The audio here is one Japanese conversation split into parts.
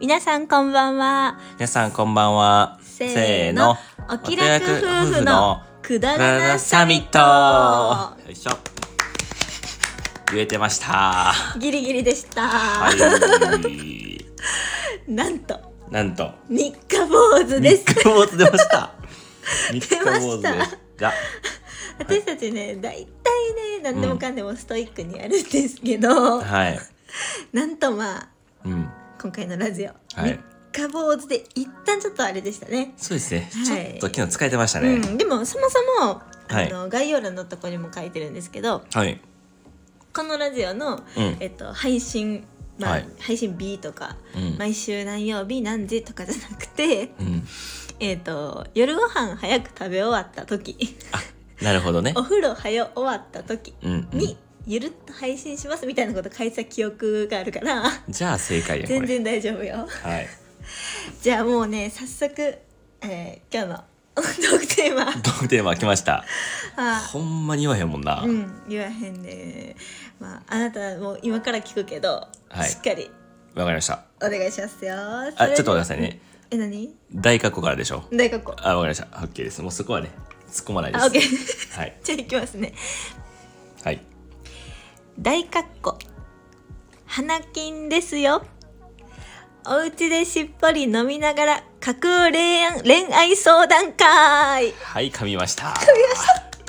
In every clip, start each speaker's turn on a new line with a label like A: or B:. A: 皆さんこんばんは。
B: 皆さんこんばんは。
A: せーの、お気楽夫婦のくだらなサミット。
B: よいしょ。言えてました。
A: ギリギリでした。
B: はい。
A: なんと
B: なんと。
A: 三日坊主です。
B: 三日坊主出ました。三日坊 主
A: 出ま
B: で
A: し
B: した。
A: 私たちね、だいたいね、何でもかんでもストイックにやるんですけど、
B: はい。
A: なんとまあ
B: うん。
A: 今回のラジオ、
B: はい
A: 三日坊主で一旦ちょっとあれでしたね。
B: そうですね。ちょ
A: はい
B: っと昨日疲れてました
A: う
B: ね。
A: ん、でもそもそもあの、
B: は
A: 概要欄のとこにも書いてるんですけど、
B: はい。
A: このラジオの、
B: うん
A: えっと、配信、まあ
B: はい
A: 配信日とか、
B: うん
A: 毎週何曜日何時とかじゃなく て、
B: うん。
A: えっと、夜ご飯早く食べ終わった時
B: なるほどね
A: お。風呂早終わった時
B: うんうん。
A: に、ゆるっと配信しますみたいなこと書いてた記憶があるから
B: じゃあ正解やこ
A: 全
B: れ。
A: 然大丈夫よ。
B: はい。
A: じゃあもうね早速、えー今日のトークテーマ
B: トークテーマ来ました。
A: は
B: ほんまに言わへんもんな。
A: うん言わへんね、まあ、あなたもう今から聞くけど、
B: はい
A: しっかり
B: わかりました。
A: お願いしますよあ
B: あ、ちょっと待ってくださいね。
A: え何
B: 大括弧からでしょ。
A: 大学校
B: あ、わかりました。オッケーです。もうそこはね、突っ込まないです。
A: あオッケー
B: はい。
A: じゃあいきますね
B: はい。
A: 大括弧花金ですよお家でしっぽり飲みながら架空恋愛恋愛相談会
B: はい、噛みました。
A: こ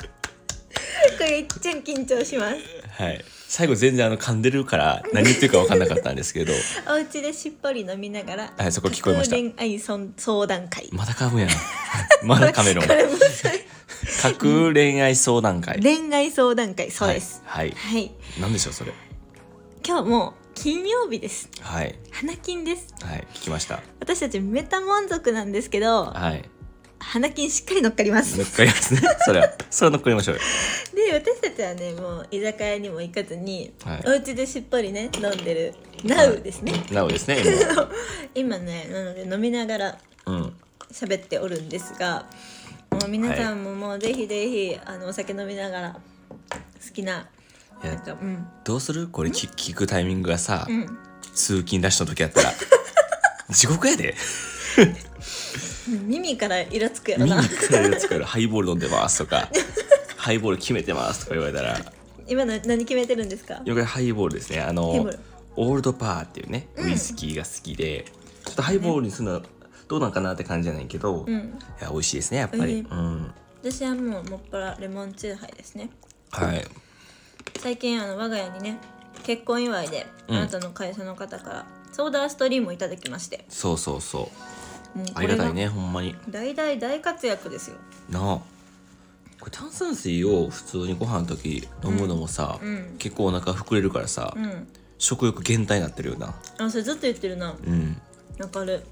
A: れいっちゃん緊張します
B: はい。最後全然あの噛んでるから何言ってるか分かんなかったんですけど、
A: お家でしっぽり飲みながら、
B: はいそこ聞こえました
A: 架空恋愛相相談会
B: まだ噛むやん。 まだ噛めるもん。架空恋愛相談会。
A: 恋愛相談会そうです
B: はい。はい
A: はい、
B: なんでしょう、それ。
A: 今日もう金曜日です
B: はい。
A: 花金です
B: はい。聞きました。
A: 私たちメタ満足なんですけど
B: はい。
A: 花金しっかり乗っかります
B: 乗っかりますね。 それは。それは乗っかりましょうよ。
A: で私たちはねもう居酒屋にも行かずに、
B: はい
A: お家でしっぽりね飲んでる NOW ですね、
B: なおですね、
A: 今ねなので飲みながら
B: 今。うん。
A: 喋っておるんですがもう皆さんももうぜひぜひあのお酒飲みながら好きない
B: や
A: なんかうん
B: どうするこれ聞聞くタイミングがさ、
A: うん
B: 通勤ラッシュの時やったら。地獄やで。
A: 耳からイラつくやろ
B: 見に
A: な
B: 行くやつからハイボール飲んでますとかハイボール決めてますとか言われたら
A: 今の何決めてるんですか
B: よくハイボールですねあ
A: ハイ
B: の
A: ボール
B: オールドパーっていうねウイスキーが好きで、ちょっとハイボールにするのはどうなんかなって感じじゃないけど、
A: う
B: い
A: ん
B: や美味しいですねやっぱり、
A: う
B: うん
A: 私はもうもっぱらレモンチューハイですね
B: はい
A: 最近あの我が家にね結婚祝いであ
B: うん
A: なたの会社の方から、ソーダストリームをいただきまして
B: そうそうそう
A: もうこ
B: あり
A: れ
B: がたいねほんまに
A: 大大大活躍ですよ
B: なあこれ炭酸水を普通にご飯の時飲むのもさ、
A: うん
B: 結構お腹膨れるからさ、
A: うん
B: 食欲減退になってるよな
A: あそれずっと言ってるな
B: うん
A: わかる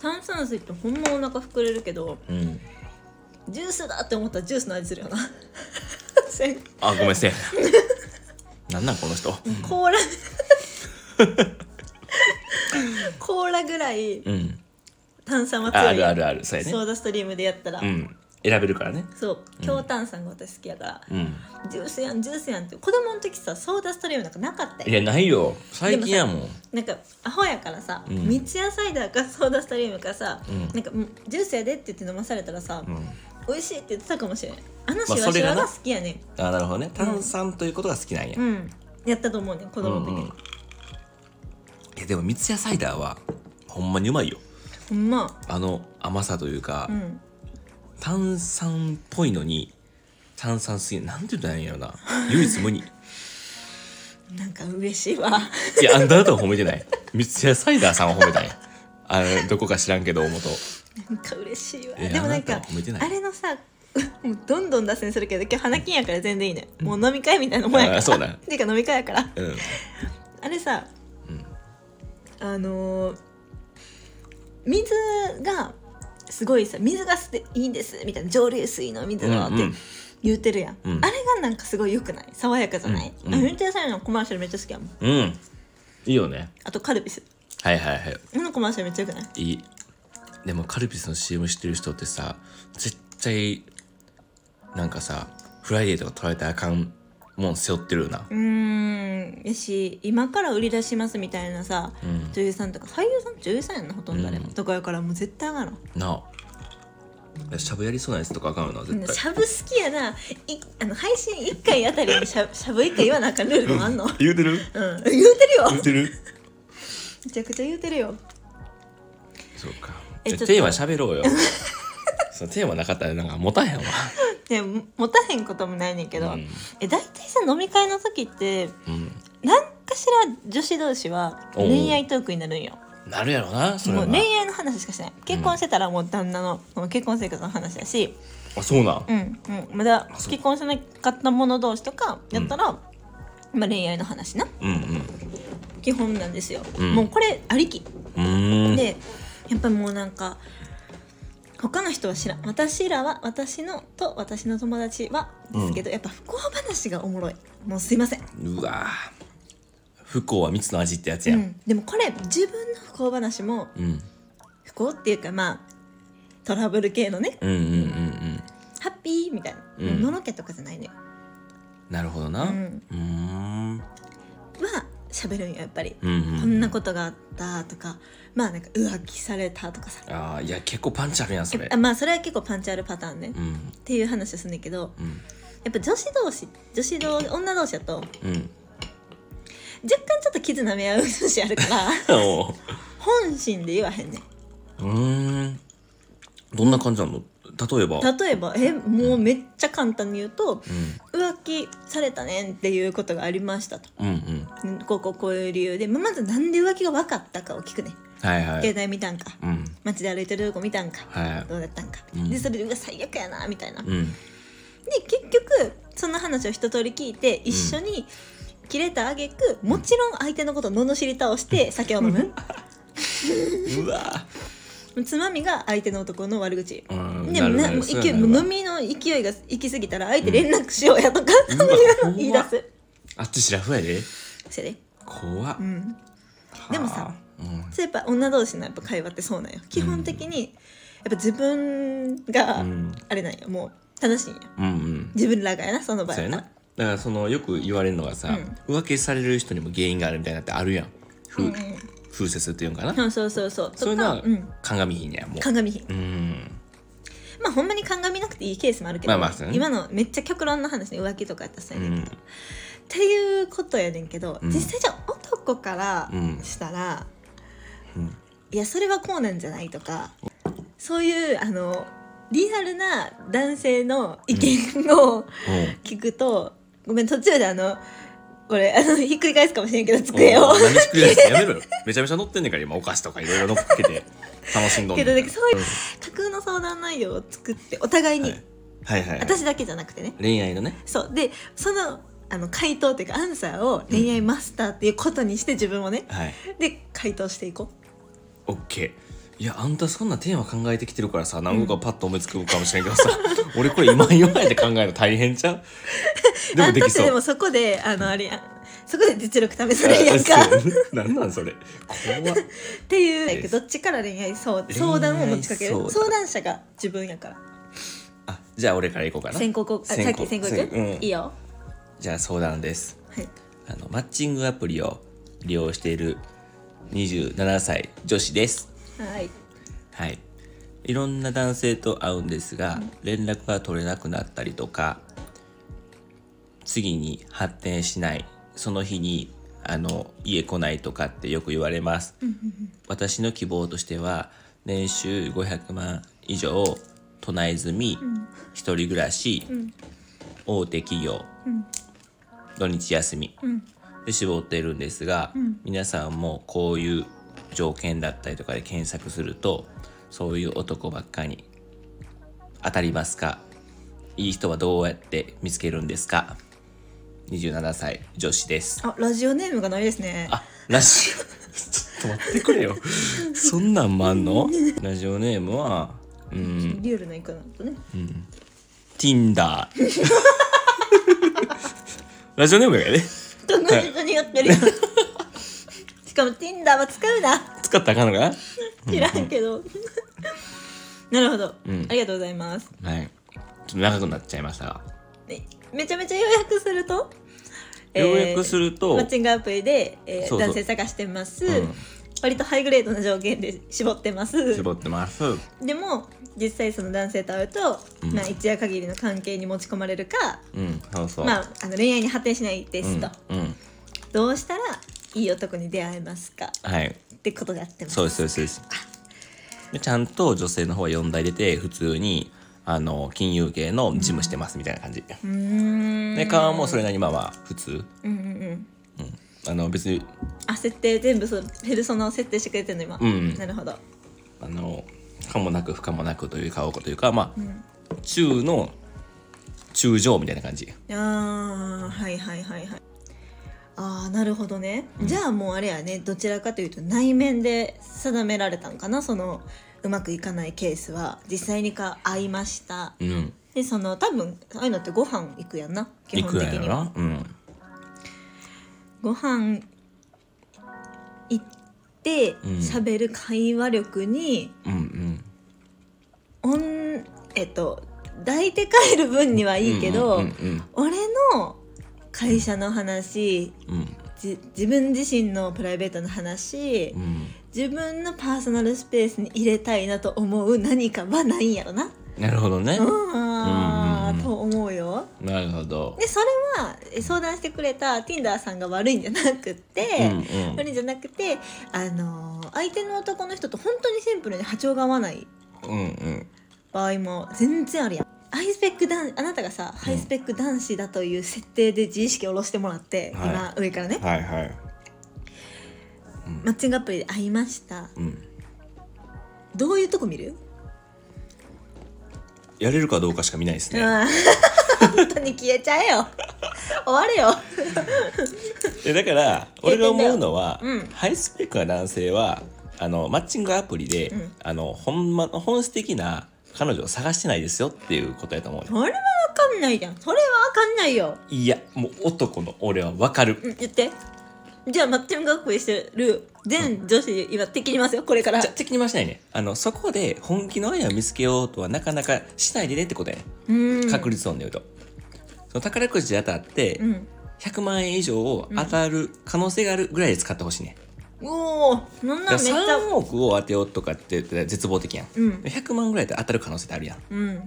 A: 炭酸水ってほんまお腹膨れるけど
B: うん
A: ジュースだって思ったらジュースの味するよな せん
B: あごめんなさい なんなんこの人
A: コー ラコーラぐらい
B: うん
A: 炭酸は強い
B: あ
A: やん
B: あるあるあるそうやね
A: ソーダストリームでやったら、
B: うん選べるからね
A: そう強炭酸が私好きやから、
B: うん
A: ジュースやんジュースやんって子供の時さソーダストリームなんかなかった
B: い
A: よ
B: やないよ最近やもん
A: なんかアホやからさ、
B: ん
A: 三ツ矢サイダーかソーダストリームかさ、
B: ん
A: なんかもうジュースやでって言って飲まされたらさ、
B: うん
A: 美味しいって言ってたかもしれないあのシ
B: まあ
A: ワ
B: そ
A: シ
B: れ
A: ワ
B: がな
A: が好きやねん、
B: あなるほどね炭酸ということが好きなんや
A: うんやったと思うねん子
B: うん
A: 供の時、
B: うんいやでも三ツ矢サイダーはほんまにうまいよ
A: ほんま
B: あの甘さというか
A: うん
B: 炭酸っぽいのに炭酸すぎないなんて言ったらいいんやろな唯一無二い
A: なんか嬉しいわ
B: やあんただとは褒めてない三ツ矢サイダーさんは褒めたんやあのどこか知らんけど大本
A: なんか嬉しいわ
B: いや
A: でもなん
B: あ
A: か
B: なたは褒めてない
A: あれのさ もうどんどん脱線するけど今日花金やから全然いいね、もう飲み会みたいなもんやから
B: あそうだ
A: ていうか飲み会やから
B: うん
A: あれさ、あのー水がすごいさ水がすでいいんですみたいな蒸留水の水がっ
B: うん
A: て
B: うん
A: 言ってるやん、
B: うん
A: あれがなんかすごい良くない爽やかじゃない、
B: うん
A: あ
B: うん
A: めっちゃサイのコマーシャルめっちゃ好きやもん
B: うんいいよね
A: あとカルピス
B: はいはいはい
A: あのコマーシャルめっちゃ良くない
B: いいでもカルピスの CM してる人ってさ絶対なんかさフライデーとか取られたらあかんもん背負ってるよな
A: うーんやし今から売り出しますみたいなさ
B: うん
A: 女優さんとか俳優さん女優さんやんなほとんどあれ、
B: うん
A: とかやからもう絶対あかんの
B: なあいやしゃぶやりそうなやつとかあかんよな絶対
A: しゃぶ好きやないあの配信1回あたりにしゃしゃぶ1回言わなあかんルールもあんの、うん、
B: 言うてる
A: 言うてるよ
B: 言う てる
A: めちゃくちゃ言うてるよ
B: そうか
A: え
B: じゃ
A: ちょ
B: あ
A: っと
B: テーマしゃべろうよ そのテーマなかったらなんか持たへんわ
A: でも持たへんこともないねんけど、
B: うん
A: え大体さ飲み会の時って
B: うん
A: 何かしら女子同士は
B: おう
A: 恋愛トークになるんよ
B: なるやろなそれ
A: も
B: は
A: う恋愛の話しかしない結婚してたらもう旦那のその結婚生活の話だし、
B: あそうなん
A: うんうん、まだ
B: あそう
A: 結婚してなかった者同士とかやったら、まあ、恋愛の話な
B: うんうん
A: 基本なんですよ、
B: うん
A: もうこれありき
B: うーん
A: でやっぱりもうなんか他の人は知らん私らは私のと私の友達はですけど、やっぱ不幸話がおもろいもうすいません、
B: うわぁ不幸は蜜の味ってやつ
A: う
B: やん
A: ん、でもこれ自分の不幸話も
B: うん
A: 不幸っていうかまあトラブル系のね
B: うんうんうんうん
A: ハッピーみたいな、
B: うん
A: のろけとかじゃないのよ
B: なるほどな
A: う
B: うんーん
A: は喋るんよやっぱり、
B: うんうん
A: こんなことがあったとかまあなんか浮気されたとかさ
B: ああいや結構パンチあるやんそれ
A: あまあそれは結構パンチあるパターンね、
B: う
A: っ
B: ん
A: ていう話をするんだけど
B: うん
A: やっぱ女子同士女子同女同士だと若
B: うん
A: 干ちょっと傷舐め合う女子あるから
B: おう
A: 本心で言わへんねん
B: うーんどんな感じなの例えば
A: 例えばえもうめっちゃ簡単に言うと
B: うん
A: 浮気されたねんっていうことがありましたと
B: うんうん
A: うんこうこうこういう理由でまあまずなんで浮気が分かったかを聞くねん
B: はいはい
A: 携帯見たんか
B: うん
A: 街で歩いてるとこ見たんか
B: はいはい
A: どうだったんか、
B: うん
A: でそれでうわ最悪やなみたいな、で
B: うん
A: 結局その話を一通り聞いて一緒に切れた挙句もちろん相手のことを罵り倒して酒を飲む
B: うわ
A: つまみが相手の男の悪口。
B: うん
A: でも
B: なるな
A: な
B: る
A: もう
B: そう
A: 勢い
B: やな
A: もう飲みの勢いが行き過ぎたら相手連絡しようやとか、
B: うん
A: そういうのを
B: うわ
A: 言い出す。
B: あっちしらふやで
A: せやで
B: 怖っ
A: うん、でもさ
B: うん
A: そうやっぱ女同士のやっぱ会話ってそうなんよ基本的にやっぱ自分が、
B: うん
A: あれなんよもう正しいんよ
B: うんうん
A: 自分らがやなその場合
B: そう
A: は
B: やなだからそのよく言われるのがさ、浮気される人にも原因があるみたいなってあるやん風,、
A: うんうん
B: 風説っていうんかな、
A: うんそうそうそう
B: そ
A: と
B: ういうのは
A: か、うん、
B: 鑑みひんねやもう
A: 鑑品
B: うん
A: まあほんまに鑑みなくていいケースもあるけど、
B: まあまあそうやね
A: 今のめっちゃ極論の話ね浮気とかやったらさ
B: う
A: やねんけど
B: ん
A: っていうことやねんけど、
B: うん
A: 実際じゃあ男から
B: うん
A: したら、
B: うん
A: いやそれはこうなんじゃないとかそういうあのリアルな男性の意見を聞くと、ごめん途中であのこれあのひっくり返すかもしれんけど机を
B: おう。何しくれやめろよめちゃめちゃ乗ってんねんから今お菓子とかいろいろ乗っ けて楽しんどんね
A: け
B: ん
A: どなんかそういう架空の相談内容を作ってお互いに、
B: はいはいはい
A: 私だけじゃなくてね
B: 恋愛のね
A: そうでそのあの回答っていうかアンサーを恋愛マスターっていうことにして自分をね、
B: はい
A: で回答していこう。
B: オッケーいやあんたそんなテーマ考えてきてるからさ何個かパッと思いつくかもしれんけどさ、俺これ今今やで考えるの大 変じゃんで
A: あ
B: も
A: ん
B: で
A: た
B: き
A: って
B: そう
A: でもそこであのあれやんそこで実力試されるやんか っ
B: なんなんそれ怖って
A: いうどっちから恋愛相相談を持ちかける
B: 恋愛相談
A: 相談者が自分やから
B: あじゃあ俺から行こうかな
A: 先行こうあさっき先行いく、
B: うん
A: いいよ
B: じゃあ相談です
A: はい
B: あのマッチングアプリを利用している27歳女子です
A: はい
B: はいいろんな男性と会うんですが連絡が取れなくなったりとか次に発展しないその日にあの家来ないとかってよく言われます私の希望としては年収500万以上都内住み、一人暮らし、大手企業、土日休み、で絞っているんですが、皆さんもこういう条件だったりとかで検索するとそういう男ばっかに当たりますかいい人はどうやって見つけるんですか27歳女子です
A: あラジオネームがないですね
B: あラジオちょっと待ってくれよそんなんもあんのラジオネームはうん
A: リュールのいくのとね
B: Tinder ラジオネームやね
A: どの人にやってるよ しかも Tinder は使うな
B: 使ったらあかんのか
A: 知らんけどなるほど、
B: ん
A: ありがとうございます
B: なはいちょっと長くなっちゃいましたが
A: めちゃめちゃ要約すると
B: 要約す
A: る
B: る
A: マ
B: と
A: ッ、チングアプリで、えー
B: そうそう
A: 男性探してます、
B: うん
A: 割とハイグレードな条件で絞ってます
B: 絞ってます。
A: でも実際その男性と会うと、
B: うん
A: まあ、一夜限りの関係に持ち込まれるか、
B: うん、そうそう。
A: まあ、あの恋愛に発展しないですと、
B: うん、うん、
A: どうしたらいい男に出会えますか
B: はい、
A: ってことでやってます
B: そうです、そうですそうです。でちゃんと女性の方は4台出て、普通に、あの、金融系の事務してますみたいな感じ。
A: うーん
B: で、顔もそれなりにまあまあ、普通。
A: うんうんうん
B: うん。あの、別に、
A: あ設定全部そうペルソナを設定してくれてるの今、
B: うん
A: なるほど
B: あの、可もなく不可もなくという顔というか、まあ、中の、中上みたいな感じ。
A: あーはいはいはいはいあーなるほどね、じゃあもうあれやねどちらかというと内面で定められたんかなそのうまくいかないケースは実際にか会いました
B: うん。
A: でその多分ああいうのってご飯行くやんない基本
B: く
A: 的
B: らやろ
A: には
B: な。うん。
A: ご飯行って
B: ん
A: 喋る会話力に、
B: うんうん。
A: おんえっと抱いて帰る分にはいいけど、
B: うんうん
A: 俺の会社の話
B: うんうん。
A: じ自分自身のプライベートの話、
B: うんうん
A: 自分のパーソナルスペースに入れたいなと思う何かはないんやろな。
B: なるほどね。
A: あ
B: うんうんうん
A: ーと思うよ。
B: なるほど。
A: でそれはえ相談してくれた Tinder さんが悪いんじゃなくって、
B: うんうん
A: 悪いんじゃなくて、あのー相手の男の人と本当にシンプルに波長が合わない
B: うんうん。
A: 場合も全然あるやん。ハイスペック男あなたがさ、ハイスペック男子だという設定で自意識を下ろしてもらって、
B: はい
A: 今上からね、
B: はいはい。
A: マッチングアプリで会いました
B: うん。
A: どういうとこ見る
B: やれるかどうかしか見ないですね。
A: あー本当に消えちゃえよ 終われよ
B: えだから俺が思うのは、
A: うん
B: ハイスペックな男性はあのマッチングアプリで、
A: ん
B: あのほんま本質的な彼女を探してないですよっていうことやと思うよ
A: それは分かんないじゃんそれは分かんないよ、
B: いやもう男の俺はわかる
A: うん、言ってじゃあマッチングアプリしてる全女子今敵にいますよこれから
B: じゃ敵に回しないねあのそこで本気の愛を見つけようとはなかなかしないでねってことやね、
A: うん
B: 確率論で言うとその宝くじで当たって、
A: うん
B: 100万円以上を当たる可能性があるぐらいで使ってほしいね、
A: おおそんなんめ
B: だ
A: っ
B: か
A: ち
B: ら
A: ゃ
B: 3億を当てようとかって言ったら絶望的やん、
A: うん
B: 100万ぐらいで当たる可能性ってあるやん
A: うん
B: っ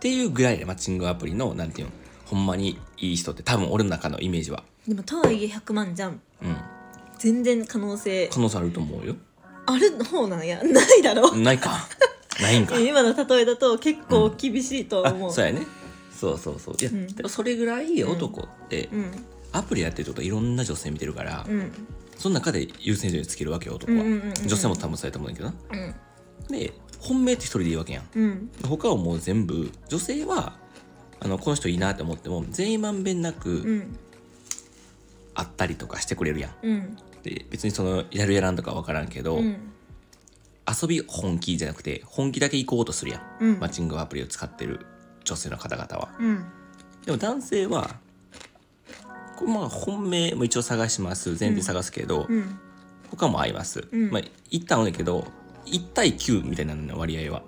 B: ていうぐらいでマッチングアプリのなんていうのほんまにいい人って多分俺の中のイメージは、
A: でもとはいえ100万じゃん
B: うん、
A: 全然可能性
B: 可能性あると思うよ
A: ある方なんやないだろう
B: な いかないんか
A: 今の例えだと結構厳しいとは思
B: あ
A: う、
B: そうやねそうそうそういや、
A: ん
B: でもそれぐらい男って
A: うん
B: アプリやってるってことはいろんな女性見てるから、
A: うん
B: その中で優先順位つけるわけよ男は、
A: うんうんうんうん
B: 女性も多分そうやと思うんだけどな
A: うん
B: で本命って一人でいいわけやん
A: うん
B: 他はもう全部女性はあのこの人いいなって思っても全員まんべんな
A: う
B: く
A: ん
B: 会ったりとかしてくれるやん、
A: うん
B: で別にそのやるやらんとか分からんけど、
A: うん
B: 遊び本気じゃなくて本気だけ行こうとするやん、
A: うん
B: マッチングアプリを使ってる女性の方々は
A: うん
B: でも男性はこれまあ本命も一応探します前提探すけど、
A: うん
B: 他も合います、
A: ん
B: まあ一旦合うんだけど1対9みたいなのね割合は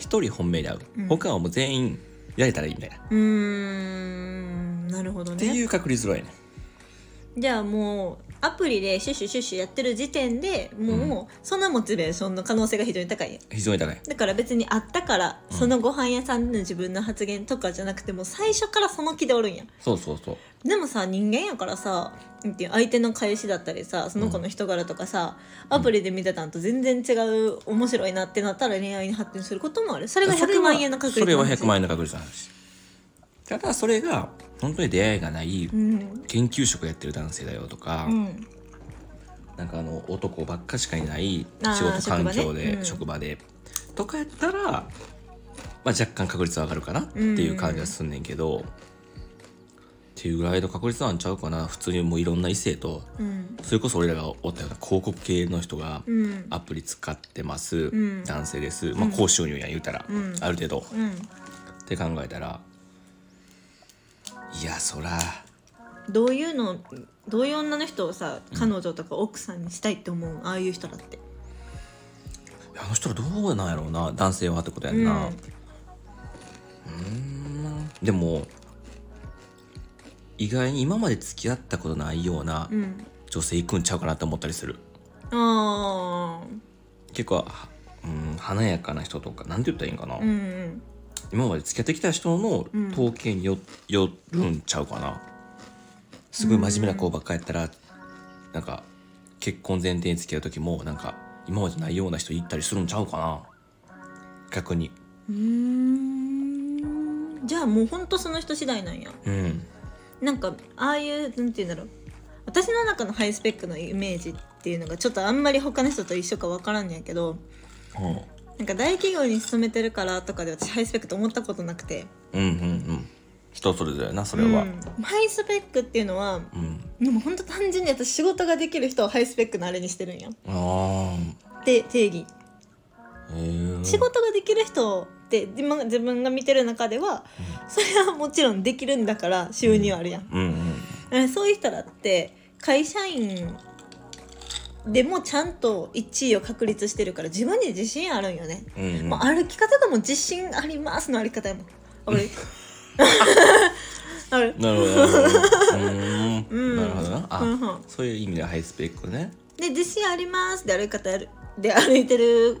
B: 1人本命で合う、他はもう全員やれたらいいみたいな、っ
A: うーんなるほど
B: てい
A: ね
B: う確率論やね
A: じゃあもうアプリでシュッシュシュッシュやってる時点でもうそのモチベーションの可能性が非常に高い
B: 非常に高い
A: だから別にあったからそのご飯屋さんでの自分の発言とかじゃなくてもう最初からその気でおるんや
B: そうそうそう
A: でもさ人間やからさなんていう相手の返しだったりさその子の人柄とかさ、アプリで見てたんと全然違う面白いなってなったら恋愛に発展することもあるそれが100万円の確率
B: それは
A: なんです
B: 100万円の確率の話ただそれが本当に出会いがない研究職やってる男性だよとか、
A: うんうん
B: なんかあの男ばっかしかいない
A: あー
B: 仕事環境で
A: 職
B: 職場,、
A: 場ねうん
B: でとかやったら、まあ、若干確率は上がるかなっていう感じはすんねんけど、っていうぐらいの確率なんちゃうかな普通にもういろんな異性と
A: うん
B: それこそ俺らがおったような広告系の人が
A: うん
B: アプリ使ってます、
A: ん
B: 男性です、まあ、高収入やん言うたら、
A: ん
B: ある程度。
A: うん
B: って考えたらいやそら
A: どういうのどういう女の人をさ彼女とか奥さんにしたいって思うああいう人だって
B: あの人らどうなんやろうな男性はってことやんな、
A: うん
B: でも意外に今まで付き合ったことないような
A: うん
B: 女性行くんちゃうかなと思ったりする
A: あ
B: 結構はうん華やかな人とかなんて言ったらいいんかな、
A: ーうんうん
B: 今まで付き合ってきた人の
A: うん
B: 統計によ,、よるんちゃうかなすごい真面目な子ばっかやったら、なんか結婚前提に付き合う時もなんか今までないような人行ったりするんちゃうかな逆に
A: うーんじゃあもうほんとその人次第なんや
B: うん
A: なんかああいうなんて言うんだろう私の中のハイスペックのイメージっていうのがちょっとあんまり他の人と一緒か分からんやけど
B: うん
A: なんか大企業に勤めてるからとかで私ハイスペックと思ったことなくて
B: うんうんうん人それぞれやなそれは
A: うんハイスペックっていうのは
B: うん、
A: でも本当単純に私仕事ができる人をハイスペックなあれにしてるんや
B: ああ
A: で定義
B: へえ
A: 仕事ができる人って自分自分が見てる中ではそれはもちろんできるんだから収入あるやん
B: うんうん
A: えそういう人だって会社員でもちゃんと1位を確立してるから自分に自信あるんよね、
B: うんうん
A: もう歩き方がもう自信ありますの歩き方やもんあ れあれ
B: なるほどなるほどうー
A: うん
B: んなるほどなあ、
A: うんうん
B: そういう意味ではハイスペックね
A: で自信ありますで歩き方やるで歩いてる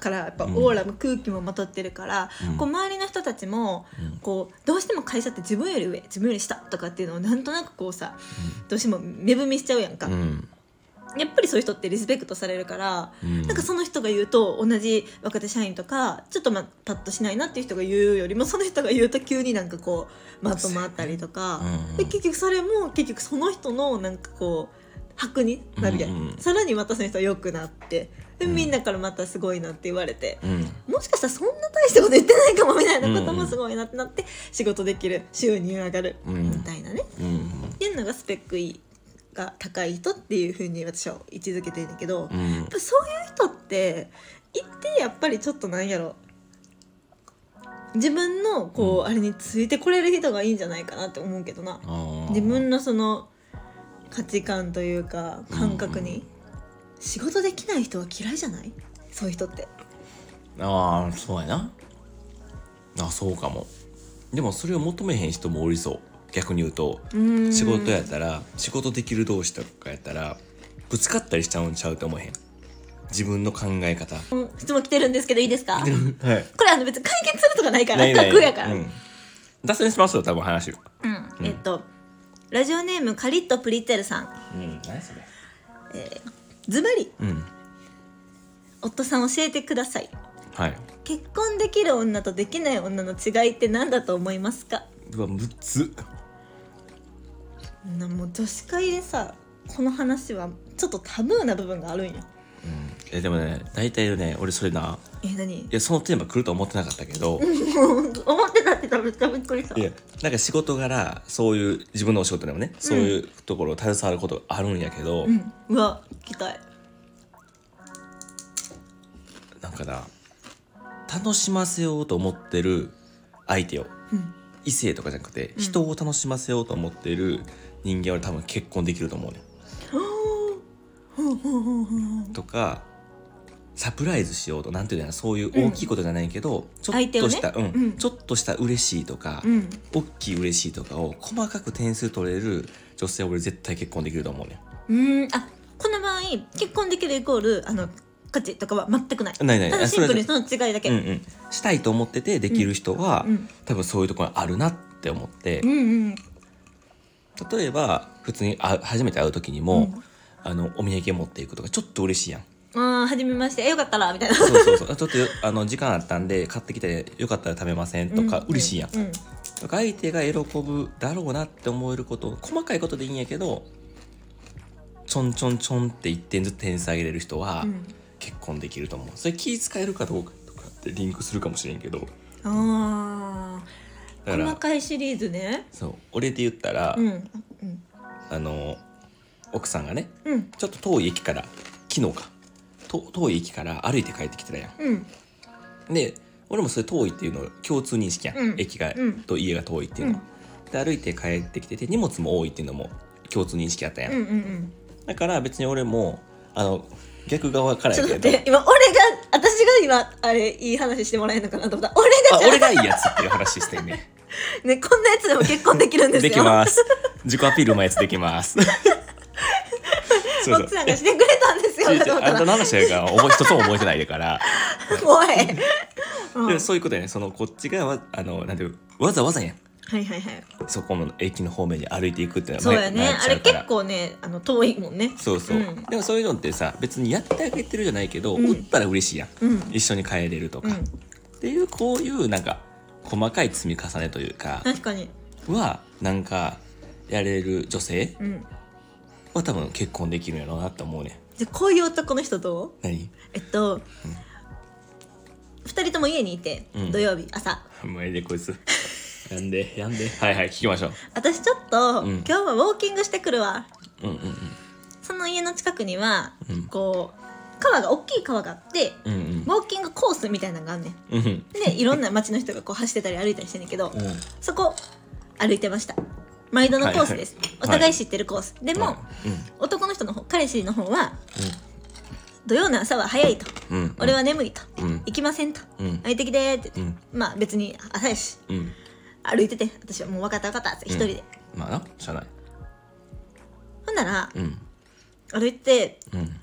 A: からやっぱオ
B: うん
A: ーラも空気もまとってるから、
B: うん
A: こう周りの人たちも
B: うん
A: こうどうしても会社って自分より上自分より下とかっていうのをなんとなくこうさ、どうしても目踏みしちゃうやんか、
B: うん
A: やっぱりそういう人ってリスペクトされるから、
B: うん
A: なんかその人が言うと同じ若手社員とかちょっとまあパッとしないなっていう人が言うよりもその人が言うと急になんかこうまとまったりとか、
B: うんうん
A: で結局それも結局その人のなんかこう箔になるやん、
B: うんうん
A: さらにまたその人は良くなってでみんなからまたすごいなって言われて。
B: うん
A: もしかしたらそんな大したこと言ってないかもみたいなこともすごいなってなって仕事できる収入上がる
B: うん
A: みたいなね
B: うん
A: っていうのがスペックが高い人っていうふうに私は位置づけてるんだけど、
B: う
A: やっ
B: ん
A: ぱそういう人って一定やっぱりちょっとなんやろ自分のこう、あれについてこれる人がいいんじゃないかなって思うけどな
B: あー
A: 自分のその価値観というか感覚に、仕事できない人は嫌いじゃないそういう人って
B: ああそうやなあそうかもでもそれを求めへん人もおりそう逆に言うと
A: うん
B: 仕事やったら仕事できる同士とかやったらぶつかったりしちゃうんちゃうと思えへん自分の考え 方
A: うん質問来てるんですけどいいですかこ
B: はい
A: れあの別に解決するとかないから架空やから、
B: うん、脱線しますよ多分話
A: うんえっとラジオネームカリッとプリッツェルさん
B: うん何それ
A: ズバリ
B: うん
A: 夫さん教えてください
B: はい
A: 結婚できる女とできない女の違いって何だと思いますか
B: うわむつ
A: なもう女子会でさこの話はちょっとタブーな部分があるんよ
B: えでもね大体ね俺それな
A: え何
B: いやそのテーマ来ると思ってなかったけど
A: 思ってたってためっちゃびっくりした
B: いやなんか仕事柄そういう自分のお仕事でもねそういうところを携わることがあるんやけど、
A: うんうわ聞きたい
B: なんかな楽しませようと思ってる相手を
A: うん
B: 異性とかじゃなくて人を楽しませようと思ってる人間は多分結婚できると思うね、
A: ほうほうほうほうほう
B: とかサプライズしようとなんていうのかなそういう大きいことじゃないけど、ちょっとした、
A: 相手をね
B: うん
A: うん
B: ちょっとした嬉しいとか、
A: うん
B: 大きい嬉しいとかを細かく点数取れる女性は俺絶対結婚できると思うね
A: うんあこの場合結婚できるイコールあの価値とかは全くない
B: ないない
A: ただシンプルに
B: そ
A: その違いだけ、
B: うんうん、したいと思っててできる人は、
A: うんうん
B: 多分そういうところあるなって思って、
A: うんうん
B: 例えば普通に会う初めて会う時にも、
A: うん
B: あのお土産持っていくとかちょっと嬉しいやん。
A: ああ初めましてえよかったらみたいな
B: そうそう そうちょっとよあの時間あったんで買ってきてよかったら食べませんとか、嬉しいやん、
A: うん
B: とか相手が喜ぶだろうなって思えること細かいことでいいんやけどちょんちょんちょんって1点ずつ点数上げれる人は
A: うん
B: 結婚できると思う、それ気使えるかどうかとかってリンクするかもしれんけど
A: ああ
B: だから
A: 細かいシリーズね
B: そう俺で言ったら、
A: うんうん
B: あの奥さんがね
A: うん
B: ちょっと遠い駅から昨日かと遠い駅から歩いて帰ってきてたや
A: うん
B: んで俺もそれ遠いっていうのを共通認識やん、
A: うん
B: 駅が、
A: うん
B: と家が遠いっていうの、で歩いて帰ってきてて荷物も多いっていうのも共通認識やったやん
A: うんうんうん
B: だから別に俺もあの逆側から
A: ちょ
B: や
A: っと
B: け
A: 待
B: ど
A: って今俺が私が今あれいい話してもらえるのかなと思った俺
B: あ
A: がじゃ
B: 俺がいいやつっていう話してんね
A: あねこんなやつでも結婚できるんですよ
B: できます自己アピールうまいやつできます。そうそう
A: 奥さんがしてくれたんですよ
B: 違う違うあんた
A: も
B: の話やから覚え一つも覚えてないから、
A: 怖い、うん、は
B: で
A: い
B: もそういうことやねそのこっちがわあのなんていうわざわざやん
A: はいはい
B: そこの駅の方面に歩いていくってのは
A: そうや
B: な
A: ね
B: なっ
A: あ
B: ちゃ
A: れ
B: うか
A: 結
B: ら
A: 構ねあの遠いもんね
B: そうそう、
A: うん
B: でもそういうのってさ別にやってあげてるじゃないけど、
A: うん
B: 打ったら嬉しいやん、
A: うん
B: 一緒に帰れるとか、
A: うん
B: っていうこういうなんか細かい積み重ねというか
A: 確かに
B: はなんかやれる女性
A: うん
B: は多分結婚できるんやろうなって思うね
A: じゃあこういう男の人どう
B: 何
A: えっと、二人とも家にいて、
B: うん
A: 土曜日朝
B: 無理でこい つやんでやんではいはい聞きましょう
A: 私ちょっと、
B: うん
A: 今日はウォーキングしてくるわ
B: うんうん
A: その家の近くには、
B: うん
A: こう川が大きい川があって
B: うんうん
A: ウォーキングコースみたいなのがあんねん
B: うんうん
A: でいろんな街の人がこう走ってたり歩いたりしてんねんけど、
B: うん
A: そこ歩いてました毎度のコースです、
B: はいはい
A: お互い知ってるコース、でも、
B: うん
A: 男の人の方彼氏の方は土曜の朝は早いと、
B: うんうん
A: 俺は眠いと、
B: うん
A: 行きませんと、
B: うん
A: 相手来てーって
B: う
A: 言って、
B: ん
A: まあ別に朝やし
B: うん
A: 歩いてて私はもう分かった分かったって一人で、
B: まあなしゃあない
A: ほんなら
B: うん
A: 歩いて
B: うん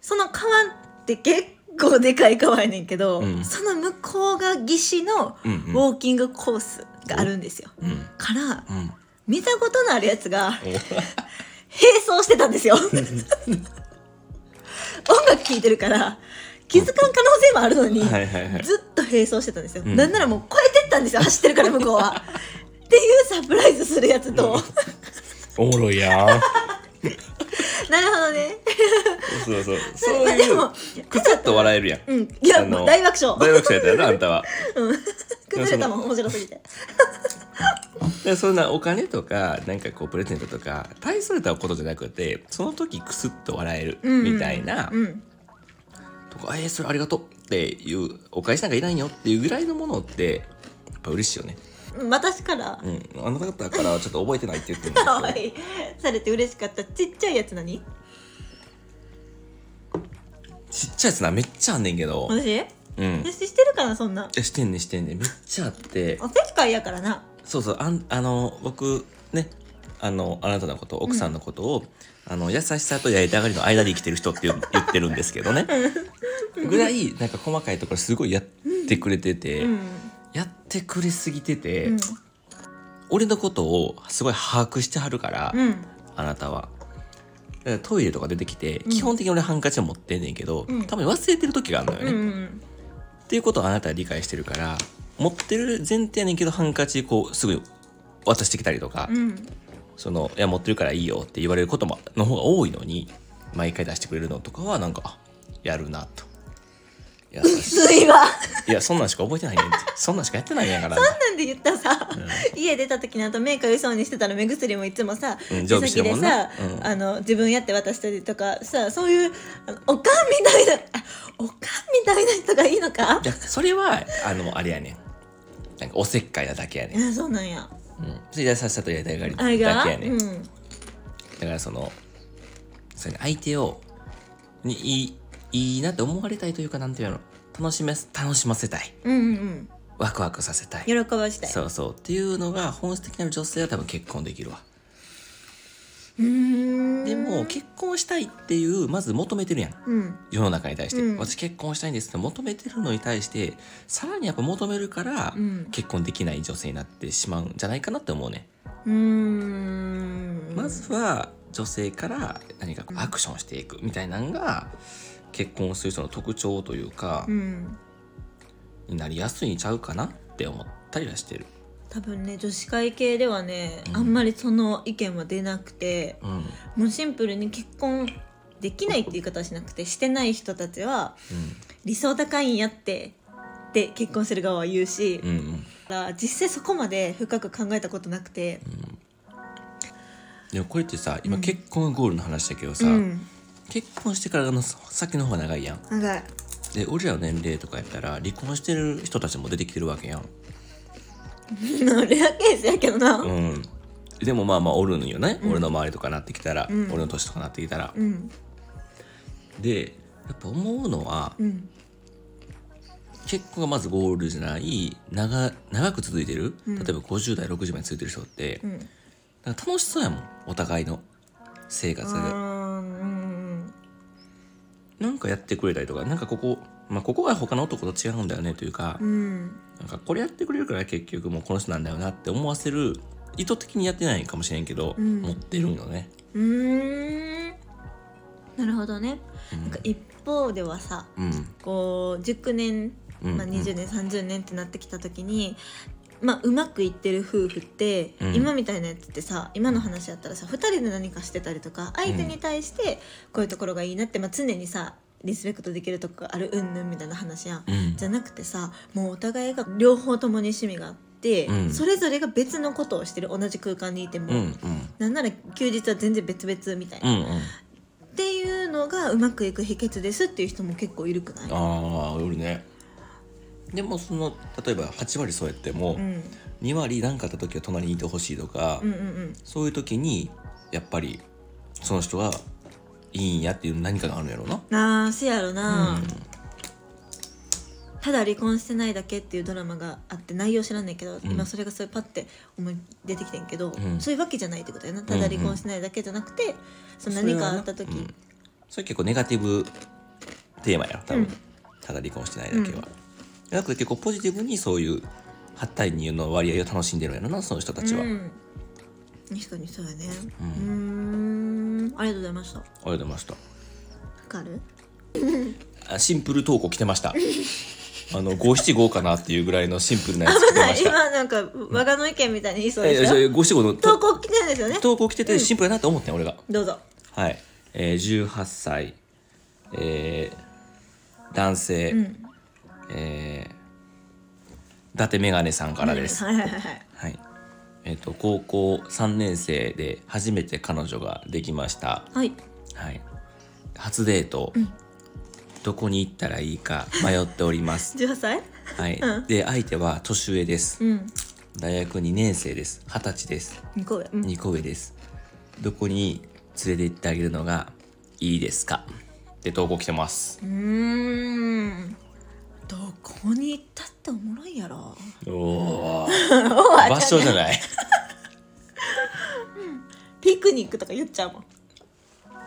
A: その川って結構でかい川やねんけど、
B: うん
A: その向こうが岸のウ
B: うんうん
A: ォーキングコースがあるんですよ、
B: うん
A: から
B: うん
A: 見たことのあるやつが
B: お
A: 並走してたんですよ音 楽聴いてるから気づかん可能性もあるのに、
B: はいはいはい
A: ずっと並走してたんですよ、
B: うん
A: なんならもう超えてったんですよ走ってるから向こう はっていうサプライズするやつと
B: おもろいやん
A: なるほどね
B: そうそう
A: そ
B: そう
A: で
B: いう
A: も
B: くちゃっと笑えるやん
A: うん、いや
B: あの
A: もう大爆笑
B: 大爆笑やったよなあんたは
A: 崩れたもん面白すぎて
B: でそんなお金とかなんかこうプレゼントとか大それたことじゃなくてその時クスッと笑える
A: うん
B: みたいな、
A: うん
B: とか「えー、それありがとう」っていうお返しなんかいらんよっていうぐらいのものってやっぱ嬉しいよね。
A: 私から
B: うん、あなたからちょっと覚えてないって言ってるん
A: 可
B: ですけ
A: 愛いされて嬉しかったちっちゃいやつ何
B: どちっちゃいやつなめっちゃあんねんけど、
A: 私
B: うん、い
A: 私してるかなそんな
B: やしてんねんしてんねんめっちゃあって
A: おせっかいやからな
B: そうそうあんあの僕ねあのあなたのこと奥さんのことを、あの優しさとやりたがりの間で生きてる人って 言う言ってるんですけどねぐらいなんか細かいところすごいやってくれてて、
A: うん
B: やってくれすぎてて、
A: うん
B: 俺のことをすごい把握してはるから、
A: うん
B: あなたは。だからトイレとか出てきて、
A: ん
B: 基本的に俺ハンカチを持ってんねんけど、
A: うん
B: たまに忘れてる時があるのよ
A: う
B: ね、っ
A: ん
B: ていうことをあなたは理解してるから持ってる前提やねんけどハンカチこうすぐ渡してきたりとか、
A: うん
B: そのいや持ってるからいいよって言われることもの方が多いのに毎回出してくれるのとかはなんかあやるなと。いや
A: ついわ
B: いやそんなんしか覚えてないねんってそんなんしかやってないんやから、
A: なんで言ったらさ家出た時の後メイクうそうにしてたら目薬もいつもさ
B: うん
A: 手
B: 常備して
A: 先
B: る
A: で
B: もん
A: さ
B: なうん
A: あの自分やって渡したりとかさそういうあのおかんみたいなあおかんみたいな人がいいのか
B: いやそれはあのあれやねんなんかおせっかいなだけやねん
A: い、やそうなんや
B: うん、それ優しさとやりたいがり
A: あれが
B: だけやねん、
A: う
B: だ
A: ん
B: からそのそれに相手をにいいいいなって思われたいというかなんていうの楽しめ楽しませたい
A: うんうん
B: ワクワクさせたい
A: うん喜ばしたい
B: そうそうっていうのが本質的な女性は多分結婚できるわ
A: うーん
B: でも結婚したいっていうまず求めてるやん
A: うん
B: 世の中に対して、
A: うん
B: 私結婚したいんですって求めてるのに対してさらにやっぱ求めるから、
A: うん
B: 結婚できない女性になってしまうんじゃないかなって思うね、
A: うーん
B: まずは女性から何かこうアクションしていくみたいなのが結婚する人の特徴というか
A: う、ん
B: になりやすいんちゃうかなって思ったりはしてる
A: 多分ね女子会系ではね、
B: うん
A: あんまりその意見は出なくて
B: うんうん
A: もうシンプルに結婚できないって言い方はしなくてしてない人たちは理想高いんやってって結婚する側は言うし、
B: うんうん
A: だから実際そこまで深く考えたことなくて
B: でもこれってさ今
A: うん
B: 結婚がゴールの話だけどさ、
A: うん
B: 結婚してからの先の方が長いやん
A: 長い
B: で俺らの年齢とかやったら離婚してる人たちも出てきてるわけやん
A: レアケースやけどな
B: うんでもまあまあおるんよね、
A: うん
B: 俺の周りとかなってきたら、
A: うん
B: 俺の年とかなってきたら、
A: うん
B: でやっぱ思うのは
A: うん
B: 結婚がまずゴールじゃない長長く続いてる、
A: うん
B: 例えば50代60代に続いてる人って、
A: うん
B: なんか楽しそうやもんお互いの生活
A: う
B: が
A: ーん
B: なんかやってくれたりとかなんかここ、まあ、ここが他の男と違うんだよねというか、
A: うん
B: なんかこれやってくれるから結局もうこの人なんだよなって思わせる意図的にやってないかもしれんけど、
A: うん
B: 持ってるんよね。
A: うーんなるほどね
B: うん
A: なんか一方ではさ
B: うん
A: こう熟年、
B: うん
A: まあ、20年30年ってなってきた時に、まあ、うまくいってる夫婦って、
B: うん
A: 今みたいなやつってさ今の話やったらさ2人で何かしてたりとか相手に対してこういうところがいいなって、まあ、常にさリスペクトできるとこがあるうんぬんみたいな話やん。
B: うん
A: じゃなくてさもうお互いが両方ともに趣味があって、
B: うん
A: それぞれが別のことをしてる同じ空間にいても、
B: うんうん
A: なんなら休日は全然別々みたいな。
B: うんうん
A: っていうのがうまくいく秘訣ですっていう人も結構いるくない
B: ああよりねでもその例えば8割そうやっても、
A: うん、
B: 2割何かあった時は隣にいてほしいとか、
A: うんうんうん
B: そういう時にやっぱりその人はいいんやっていう何かがあるんやろうな。
A: なあせやろな、
B: うん
A: ただ離婚してないだけっていうドラマがあって内容知らんねんけど、今それがそれパッて思い出てきてんけど、
B: ん
A: そういうわけじゃないってことやなただ離婚してないだけじゃなくて、その何かあった時、
B: それはなうんそれ結構ネガティブテーマやろ多分、
A: うん
B: ただ離婚してないだけは、なくて結構ポジティブにそういう8対2の割合を楽しんでるんやろなその人たちは、
A: う
B: あり
A: ん、確かにそうやねう
B: うん
A: ーんありがとうございましたわ
B: がとうございました
A: かる
B: あシンプル投稿来てました あの五七五かなっていうぐらいのシンプルなや
A: 危
B: つ来て
A: な
B: ま
A: い
B: した
A: 今なんか我がの意見みたいに言いそう
B: え
A: でしょ、
B: え五七五の
A: 投
B: と
A: 稿来てるんですよね
B: 投稿来ててシンプルやなと思ってん俺が
A: どうぞ
B: はい、えー、18歳、えー男性、えー伊達メガネさんからです、
A: はいはいはい
B: はいえー、と高校3年生で初めて彼女ができました、
A: はい
B: はい、初デート、どこに行ったらいいか迷っており ます、
A: 18歳
B: はい、で相手は年上です、
A: うん
B: 大学2年生です二十歳です
A: 2個上、うん
B: 2個上ですどこに連れて行ってあげるのがいいですかって投稿来てます
A: うーんどこに行ったっておもろいやろ
B: お場所じゃない
A: ピクニックとか言っちゃうもん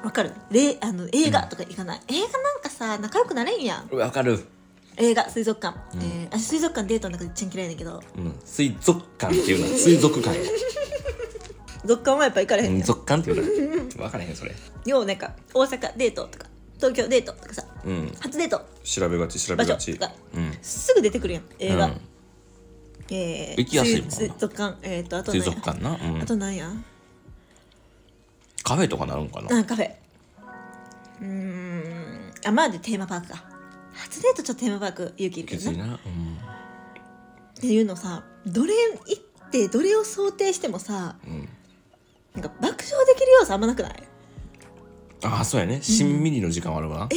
A: わかるれあの映画とか行かない、映画なんかさ仲良くなれんやん
B: わかる、
A: 映画水族館、えー私水族館デートの中で一番嫌いだけど
B: うん、水族館っていうのは水族館
A: 水族館はやっぱ行かれへん
B: 水
A: やん、
B: 族館っていうのは分からへんそれ
A: ようなんか大阪デートとか東京デートとかさ
B: うん
A: 初デート
B: 調べがち調べ
A: 場
B: が
A: 所
B: ち
A: とか、
B: うん
A: すぐ出てくるやん映画、
B: うん
A: えー、
B: 行きやすいもんな
A: 水族館えっ、とあと
B: 水
A: 何や
B: 族館な、うん
A: あ、となんや
B: カフェとかなるんかな、
A: うんカフェうーんあまあでテーマパークか初デートちょっとテーマパーク勇気いるけ
B: き
A: ど
B: つい
A: ね
B: な、
A: っていうのさどれ行ってどれを想定してもさ
B: うんうん、
A: なんか爆笑できる要素あんまなくない
B: ああそうやねしんみりの時間はあるわな、
A: 映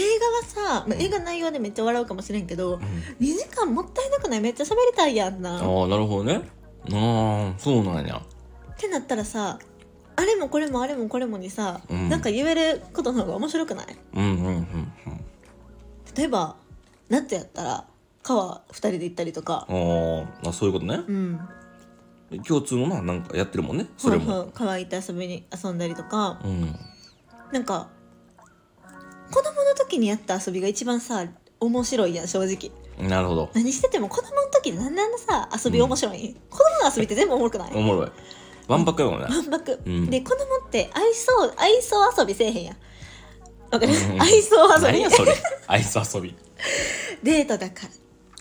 A: 画はさ、まあ、映画の内容でめっちゃ笑うかもしれんけど、
B: ん
A: 2時間もったいなくないめっちゃ喋りたいやんなっ
B: ああなるほどねああそうなんや
A: てなったらさあれもこれもあれもこれもにさ、
B: うん
A: なんか言えることの方が面白くない
B: うんうんうんうん
A: 例えば夏やったら川2人で行ったりとか、
B: あーあそういうことね、
A: うん、
B: 共通のななんかやってるもんねそれも、
A: はいはい川行って遊びに遊んだりとか
B: うん
A: なんか子供の時にやった遊びが一番さ面白いやん正直
B: なるほど
A: 何してても子供の時なんであんなさ遊び面白い、子供の遊びって全部おもろくない
B: おもろいわんぱくやもんね
A: わんぱく、
B: うん
A: で子供って愛想愛想遊びせえへんやんわかる、
B: うんう ん
A: 愛想遊
B: 何
A: び
B: やそれアイス遊び
A: デートだか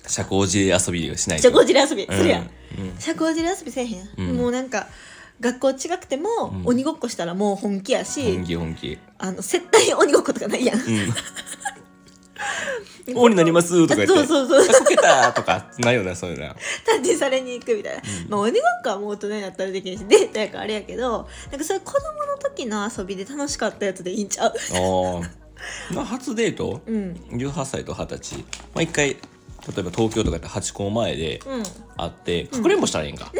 B: 社交辞令遊びをしない
A: ら社
B: と
A: 交辞令遊びするやん、
B: うんうん
A: 社交辞令遊びせえへんやん、
B: うん
A: もうなんか学校違くても、
B: うん
A: 鬼ごっこしたらもう本気やし、
B: 本気本気
A: あの接待鬼ごっことかないやん
B: うん王になりますとか言 って
A: そうそうそう
B: あこけたとかないよなそういうのは
A: タッチされに行くみたいな、まあ鬼ごっこはもう大人になったらできるしデートやからあれやけどなんかそういう子供の時の遊びで楽しかったやつでいいんちゃう
B: あ あまあ初デート、
A: うん
B: 18歳と20歳まあ一回例えば東京とかやって八公前で、
A: うん
B: あってかくれんぼしたらいいん か、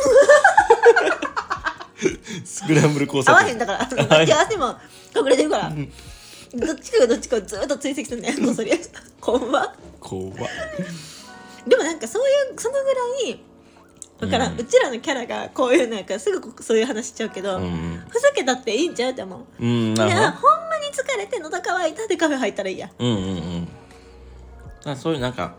B: スクランブル交
A: 合
B: 差
A: わへ
B: 点
A: んだから抱き合わせも隠れてるから、どっちかがどっちかをずっと追跡するねんこっそりこんばん
B: 怖っ
A: でもなんかそういうそのぐらい分からん、う
B: うん
A: ちらのキャラがこういうのやからすぐこそういう話しちゃうけど、
B: うん
A: ふざけたっていいんちゃうって思う
B: うん
A: い
B: なるほ
A: や
B: ど
A: ほんまに疲れて喉乾いたでカフェ入ったらいいや
B: うんうんうんまあそういうなんか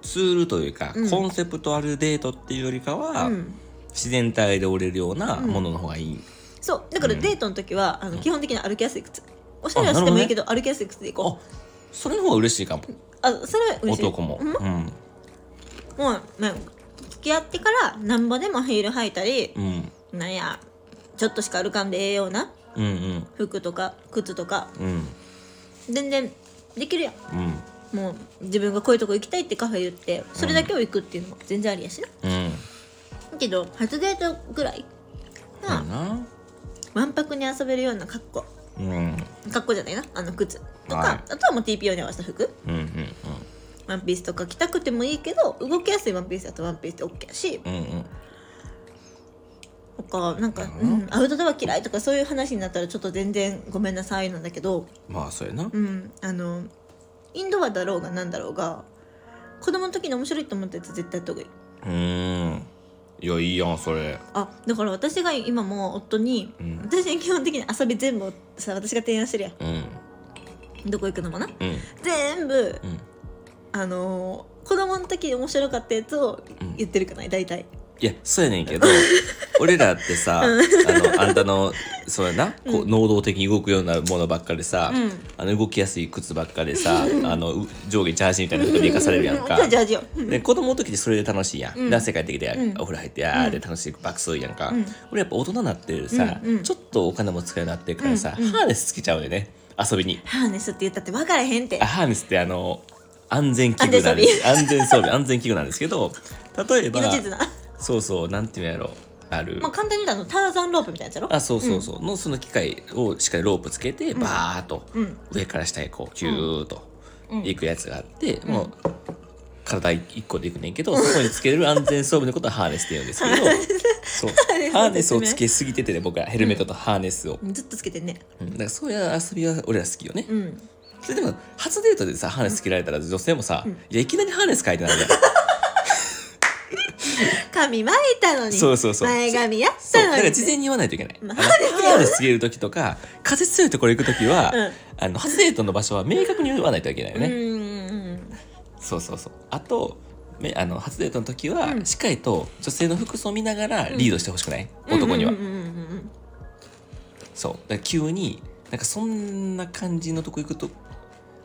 B: ツールというか、
A: うん
B: コンセプトあるデートっていうよりかは、
A: うん
B: 自然体で折れるようなものの方がいい、
A: そうだから
B: うん
A: デートの時は、あの基本的に歩きやすい靴おしゃれはしてもいいけど歩きやすい靴で行
B: あ
A: こう
B: それの方が嬉しいかも
A: あそれは嬉しい
B: 男も、
A: うん
B: うん
A: もう、まあ、付き合ってからなんぼでもヒール履いたり、
B: うん
A: なんやちょっとしか歩かんでええような
B: うんうん
A: 服とか靴とか
B: うん
A: 全然できるやん
B: うん
A: もう自分がこういうとこ行きたいってカフェ言ってそれだけを行くっていうのも全然ありやしな、
B: うん
A: けど初デートぐらい
B: そうや
A: が
B: な
A: わんぱくに遊べるような格好
B: うんうん
A: 格好じゃないなあの靴とか、
B: はい
A: あとはもう TPO に合わせた服
B: うんうん
A: ワンピースとか着たくてもいいけど動きやすいワンピースだとワンピースで OK やし
B: うんうん
A: 他なんか、
B: う
A: うんん、アウトドア嫌いとかそういう話になったらちょっと全然ごめんなさいなんだけど
B: まあそうやな
A: うんあのインドアだろうがなんだろうが子供の時に面白いと思ったやつ絶対やった方がいい
B: うんいやいいやんそれ
A: あだから私が今も夫に、
B: うん
A: 私に基本的に遊び全部さ私が提案してるや
B: うん
A: んどこ行くのもな
B: うん
A: 全部
B: うん
A: あのー子供の時面白かったやつを
B: うん
A: 言ってるくない大体
B: いやそうやねんけど 俺らってさあのあんたのそうやな、こう能動的に動くようなものばっかりさ、
A: うん
B: あの動きやすい靴ばっかりさあのう上下ジャージみたいなことで生かされるやんか
A: じゃあジャージよ
B: で子供の時ってそれで楽しいやん、
A: うん
B: で汗かいてきて、
A: うん
B: お風呂入ってあーで楽しい爆睡やんか、
A: うん
B: 俺やっぱ大人になってるさ、
A: うんうん
B: ちょっとお金も使うようになってるからさ、
A: うんうん
B: ハーネスつけちゃうよね遊びに
A: ハーネスって言ったって分からへんって
B: あハーネスってあの安全器具なんです安全装備安全器具なんですけど例えば
A: 命綱
B: そうそうなんていうんやろある、
A: まあ簡単に言うとあのターザンロープみたいなやつやろ
B: あそうそうそう、のその機械をしっかりロープつけてバーッと
A: うん
B: 上から下へこうキューッと
A: うん
B: 行くやつがあって、もう体一個で行くねんけど、そこにつけれる安全装備のことはハーネスって言うんですけどそうハーネスをつけすぎててね僕はヘルメットとハーネスを、
A: ずっとつけてんね
B: うんだからそういう遊びは俺ら好きよね、
A: うん
B: それでも初デートでさハーネスつけられたら女性もさ、いやいきなりハーネス書いてないじゃ ん
A: 髪巻いたのに
B: そうそうそう
A: 前髪やっ
B: そ
A: た
B: うだか
A: の
B: ら
A: に
B: 事前に言わないといけない。あ
A: ま
B: の
A: あ
B: ハーネスつける時とか風強いところ行く時は、
A: うん
B: あの初デートの場所は明確に言わないといけないよ
A: う
B: ね。
A: んうん
B: そうそうそう。あとめあの初デートの時は、しっかりと女性の服装を見ながらリードしてほしくない、男には。
A: うんうんうんうん
B: そうだから急になんかそんな感じのとこ行くと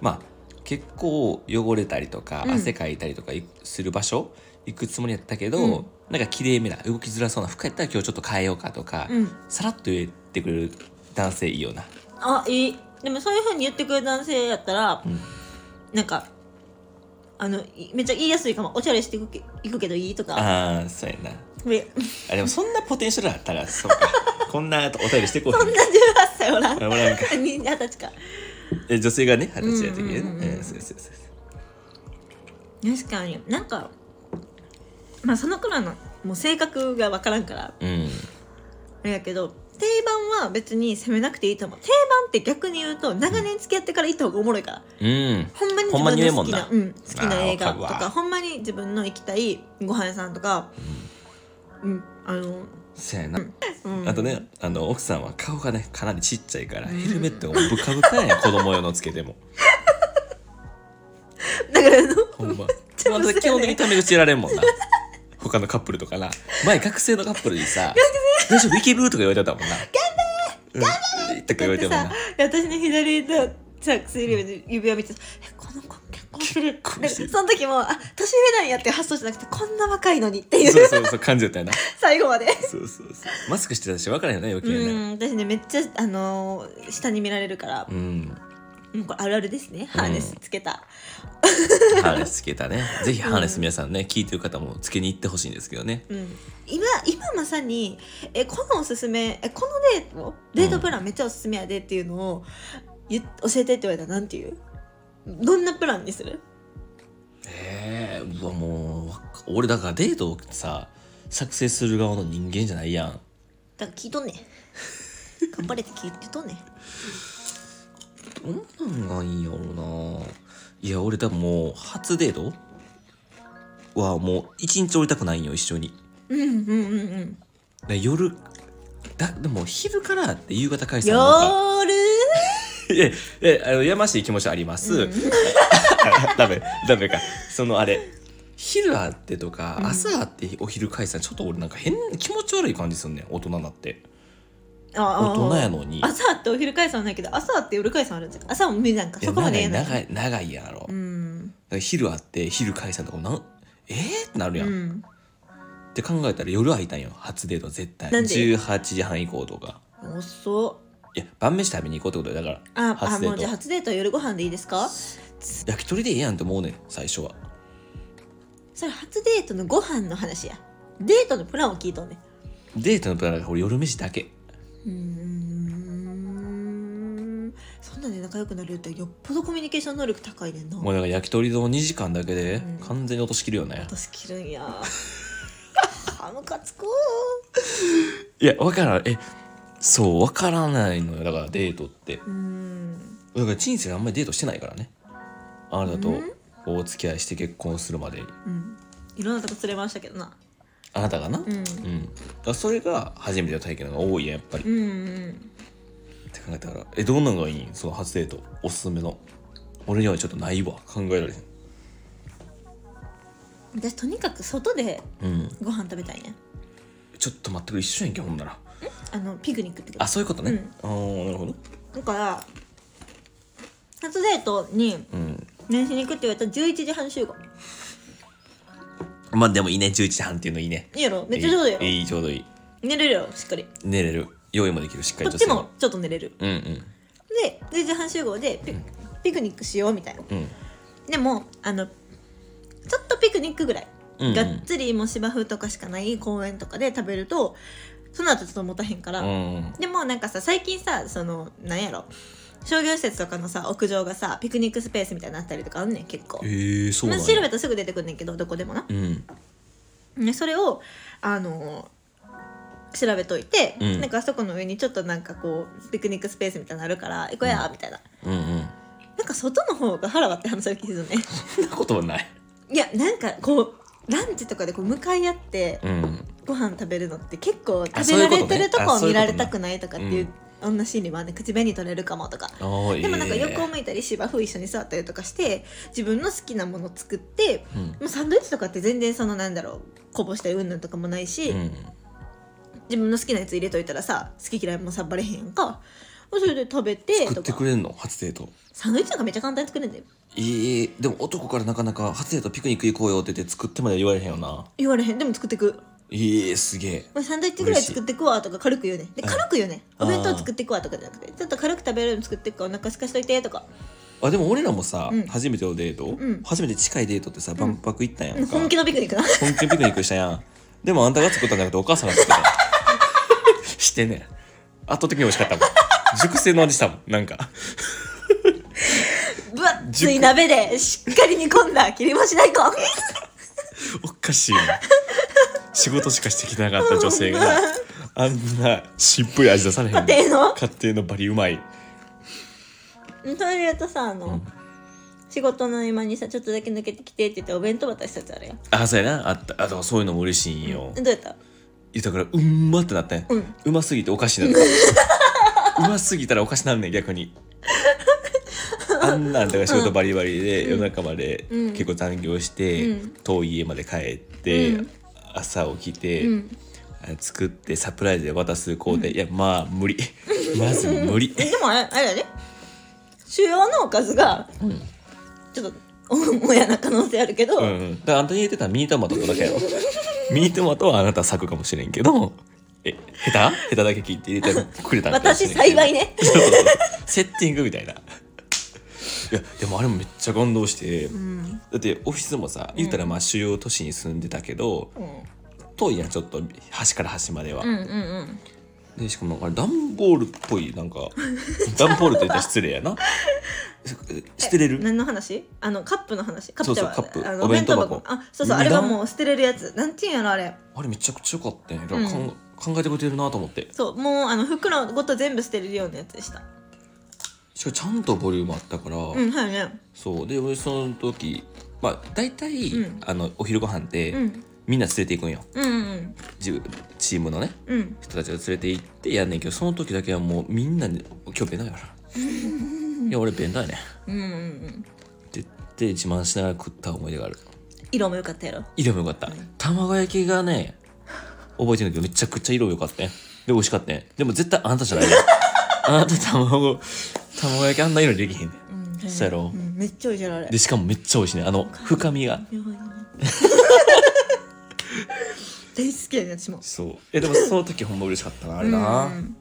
B: まあ結構汚れたりとか
A: うん
B: 汗かいたりとかいする場所行くつもりやったけど、
A: うん
B: なんかきれいめな動きづらそうな服やったら今日ちょっと変えようかとか、
A: うん
B: さらっと言ってくれる男性いいよな。
A: あいいでもそういうふうに言ってくれる男性やったら、
B: ん
A: なんかあのいめっちゃ言いやすいかもおしゃれしていくけいくけどいいとか
B: ああそうやな。
A: 上
B: あでもそんなポテンシャルあった らそうかこんなお便りしてこう
A: そんな18歳おらん
B: おらん か
A: 二十歳か
B: え女性がね二十歳の時にね。
A: うんうんうんうん
B: うんそうそうそうそう
A: 確かになんかまあその頃のもう性格が分からんから
B: うん
A: あれやけど定番は別に責めなくていいと思う定番って逆に言うと長年付き合ってから行った方がおもろいから
B: うん
A: ほんまに
B: ほんまに
A: 自分の好きな
B: ねもんな
A: うん、好きな映画と
B: あーわかるわ
A: かほんまに自分の行きたいご飯屋さんとか、うん、あの、
B: そうやな。
A: うん、
B: あとねあの奥さんは顔がねかなりちっちゃいからヘルメットがブカブカや ね子供用のつけても
A: だからあの
B: ほんま
A: ちゃ
B: ま
A: むずい
B: あ
A: ね
B: 基本的にタメ口いられんもんな他のカップルとかな前学生のカップルにさ「大丈夫いける?」とか言われてたもんな「頑張れ!」とか言
A: だっ
B: われ
A: て
B: てたもん
A: さ
B: な
A: 私の左のさ薬指の指を見てさ「えこの子結婚する」
B: 婚
A: で
B: してる
A: その時も「あ年上なんや」っていう発想じゃなくて「こんな若いのに」っていう
B: そうそうそう感じだったよな
A: 最後まで。
B: そうそうそうマスクしてたし分からんよね余
A: う
B: 計ね
A: ん私ねめっちゃあのー下に見られるから
B: う、ん
A: もうこれあるあるですねハーネスつけた、
B: ハーネスつけたねぜひハーネス皆さんね聞いてる方もつけに行ってほしいんですけどね
A: うん、今今まさにえこのおすすめえこのデートデートプランめっちゃおすすめやでっていうのを言っ教えてって言われたらなんていうどんなプランにする
B: えー、うわもうわか俺だからデートをさ作成する側の人間じゃないやん
A: だから聞いとん ねん頑張れって聞いてとんねん
B: どんなんがいいんやろうないや俺多分もう初デートはもう一日おりたくないんよ一緒に
A: うんうんうんうん
B: で夜だでも昼からって夕方解散
A: 夜
B: なのかいやいやあのやましい気持ちはあります、
A: うん
B: ダメダメかそのあれ昼あってとか
A: うん
B: 朝あってお昼解散ちょっと俺なんか変気持ち悪い感じするねん大人になって
A: あ
B: 大人や
A: の
B: のに
A: 朝ってお昼解散はないけど朝って夜解散あるんじゃん朝も無理なんか
B: いや
A: そこま
B: 長
A: で言え
B: い
A: ない
B: 長い長いやろ、だ
A: う
B: か
A: ん
B: ら昼あって昼解散とかなんえー、ってなる
A: う
B: やん、っ
A: ん
B: て考えたら夜空いたんよ初デート絶対
A: なんで
B: 18時半以降とか
A: 遅っ
B: いや晩飯食べに行こうってことだよだから
A: ああ
B: 初デ
A: もう
B: ー
A: じゃあ
B: ト
A: 初デートは夜ご飯でいいですか
B: 焼き鳥でええやんと思うねん最初は
A: それ初デートのご飯の話やデートのプランを聞いとんね
B: デートのプランが俺夜飯だけ
A: うーんそんなんで仲良くなれるってよっぽどコミュニケーション能力高いねんな
B: もうなんか焼き鳥丼2時間だけで
A: うん
B: 完全に落としきるよね、
A: 私着るん やあムカつく
B: いや分からんえそう分からないのよだからデートって
A: うーん
B: だから人生あんまりデートしてないからねあなたと
A: うん
B: お付き合いして結婚するまでに
A: うんいろんなとこ連れましたけどな
B: あなたがなうん、
A: うん
B: だからそれが初めての体験の方が多いやんやっぱり、
A: うんうん
B: って考えたらえどんなのがいいんその初デートおすすめの俺にはちょっとないわ考えられへ
A: 私とにかく外で
B: んうん
A: ご飯食べたいね
B: ちょっと全く一緒やんけほんなら
A: あのピクニックってこと
B: あそういうことね、ああなるほど
A: だから初デートに
B: うん
A: 練習に行くって言われたら11時半集合
B: まあでもいいね11時半っていうのいいね
A: いいやろめっちゃちょうどいいやろ
B: いいいいちょうどいい
A: 寝れるやろしっかり
B: 寝れる用意もできるしっかり
A: ことっ
B: し
A: ち
B: て
A: もちょっと寝れる
B: うんうん
A: で10時半集合でピピクニックしようみたいな
B: うん
A: でもあのちょっとピクニックぐらい、
B: うんうん
A: がっつりもう芝生とかしかない公園とかで食べるとその後ちょっと持たへんから、
B: うんうん
A: でもなんかさ最近さそのなんやろ商業施設とかのさ屋上がさピクニックスペースみたいになったりとかあんねん結構
B: え。ー、そう
A: ま
B: な
A: あ、
B: んや
A: 調べたらすぐ出てくんねんけどどこでもな、
B: うん
A: ね、それをあの調べといて、
B: うん
A: なんかあそこの上にちょっとなんかこうピクニックスペースみたいなのあるから行こうやみたいな、
B: うんうん
A: なんか外の方が腹割って話せる気する ね
B: そんなことはない
A: いやなんかこうランチとかでこう向かい合って
B: うん
A: ご飯食べるのって結構食
B: あそう
A: べ
B: いう
A: ら
B: ことね
A: れてるとこ
B: あ
A: を
B: そうい
A: 見
B: うことね
A: られたくないとかっていう女心理もあんね口紅取れるかもとか
B: あー
A: でもなんか
B: ええ
A: 横を向いたり芝生一緒に座ったりとかして自分の好きなもの作って
B: うん
A: もうサンドイッチとかって全然そのなんだろうこぼしたりうんぬんとかもないし、
B: うん
A: 自分の好きなやつ入れといたらさ好き嫌いもさっぱれへんやんかそれで食べて
B: 作
A: と
B: って
A: か
B: くれんの初デート
A: サンドイッチなんかめっちゃ簡単に作れんだよ
B: えー、でも男からなかなか初デートピクニック行こうよって言って作ってまで言われへんよな
A: 言われへんでも作ってく
B: えー、すげえ
A: まあサンドイッチぐらい作ってくわとか軽く言うねで軽く言うね
B: あー
A: お弁当作ってくわとかじゃなくてちょっと軽く食べれるように作ってくからお腹すかしといてとか
B: あでも俺らもさ、
A: うん
B: 初めてのデート、
A: ん
B: 初めて近いデートってさ万博行ったんやんか、
A: 本気のピクニック な
B: 本気のピクニックしたやんでもあんたが作ったんじゃなくてお母さんが作った んやしてね圧倒的に美味しかったもん熟成の味したもんなんか
A: 分厚い鍋でしっかり煮込んだ切り干し大根
B: おかしいな仕事しかしてきてなかった女性があんな渋い味出され へん
A: 家庭の
B: 家庭のバリうまい
A: それで言うとさあの、仕事の合間にさちょっとだけ抜けてきてって言ってお弁当渡したやつあるやん
B: あそうやなあったあとそういうのも嬉しいんよ、
A: どうやった
B: いやだからうんまってなったんや、う
A: うん
B: ますぎておかし なるうますぎたらおかしなんねん逆にあんなんだから仕事バリバリで、夜中まで
A: うん
B: 結構残業して、
A: うん
B: 遠い家まで帰って、
A: うん
B: 朝起きて、
A: うん
B: あ作ってサプライズで渡す工程、いやまあ 無理まず無理
A: えでもあれあれだね主要のおかずが、ちょっとお親な可能性あるけど、
B: うんうん、だからあんたに言ってたミニトマトとだけや ろミニトマトはあなた咲くかもしれんけどえ下手下手だけ聞いて入れてくれたんかもし
A: 私
B: れんけど
A: 幸いね
B: そうそうそうセッティングみたいないやでもあれもめっちゃ感動して、
A: うん
B: だってオフィスもさ言ったらまあ主要都市に住んでたけど、
A: うん
B: 遠いやんちょっと端から端までは、
A: うんうんうん
B: でしかもなんか段ボールっぽいなんか段ボールって言ったら失礼 やな捨てれる
A: 何の話あのカップの話カップじゃない
B: そうそうカップ
A: あの
B: お弁当箱
A: あそうそうあ
B: 値
A: れ
B: 段
A: はもう捨てれるやつなんていうんやろあれ
B: あれめちゃくちゃ良かったね、だか
A: うん
B: らかん考えてくれてるなと思って
A: そうもうあの袋ごと全部捨てれるようなやつでした
B: しかもちゃんとボリュームあったから、
A: うんはいね
B: そうで俺その時まあ大体、
A: うん
B: あのお昼ご飯で、
A: うん
B: みんな連れていくんよ
A: うんうん
B: 自分チームのね
A: うん
B: 人たちが連れて行ってやんねんけどその時だけはもうみんなに「今日 弁当やから」「いや俺弁当やねん」
A: うんうんうん
B: って言って自慢しながら食った思い出がある
A: 色も良かったやろ
B: 色も良かった卵焼きがね覚えてるんだけどめちゃくちゃ色良かったねで美味しかったねでも絶対あんたじ ゃないねあなた卵卵焼きあんな色できへんね
A: うん
B: そうやろ
A: んめっちゃおいしいやろあれ
B: でしかもめっちゃ美味しいねあの深みが
A: やばいな 大好きやね私も
B: そうえでもその時ほんま嬉しかったなあれな
A: うん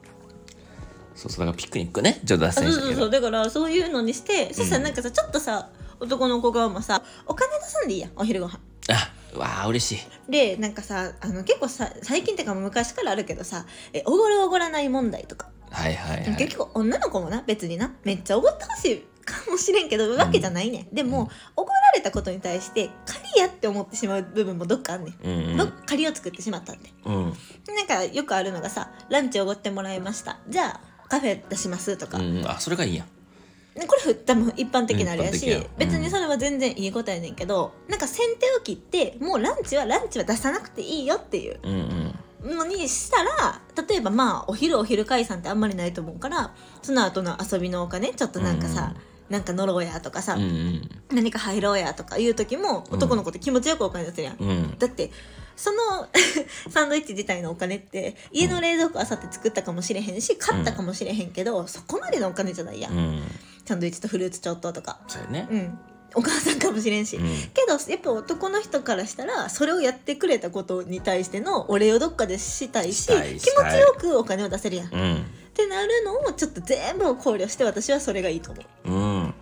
B: そうそうだからピクニックねちょっと脱
A: あそう
B: 線した
A: そう
B: け
A: そう
B: ど
A: だからそういうのにしてそしたらなんかさちょっとさ男の子側もさお金出さんでいいやんお昼ご飯
B: あわあ嬉しい
A: でなんかさあの結構さ最近ってか昔からあるけどさえおごるおごらない問題とか
B: はいはいはい
A: 結局女の子もな別になめっちゃおごってほしいかもしれんけどわけじゃないね、んでもおご、られたことに対して借りやって思ってしまう部分もどっかあんねん、
B: うん
A: どっか借りを作ってしまったんで
B: うんうん
A: なんかよくあるのがさランチおごってもらいましたじゃあカフェ出しますとか、
B: うんあそれがいいやん
A: ねこれ多分一般的なあれやし
B: 一般的や
A: 別にそれは全然いいことやねんけど、なんか先手を切ってもうランチはランチは出さなくていいよっていう
B: うんうん
A: のにしたら例えばまあお昼お昼解散ってあんまりないと思うからその後の遊びのお金ちょっとなんかさ、なんか乗ろうやとかさ、
B: うんうん
A: 何か入ろうやとかいう時も男の子って気持ちよくお金出せるやん。
B: うん
A: だってその サンドイッチ自体のお金って家の冷蔵庫あさって作ったかもしれへんし買ったかもしれへんけど、そこまでのお金じゃないや、ん、
B: うん
A: サンドイッチとフルーツちょっととか、
B: そうやね
A: うん、お母さんかもしれんし、
B: うん
A: けどやっぱ男の人からしたらそれをやってくれたことに対してのお礼をどっかでしたいし
B: したい
A: 気持ちよくお金を出せるやん、っ
B: うん
A: てなるのをちょっと全部を考慮して私はそれがいいと思う。
B: うん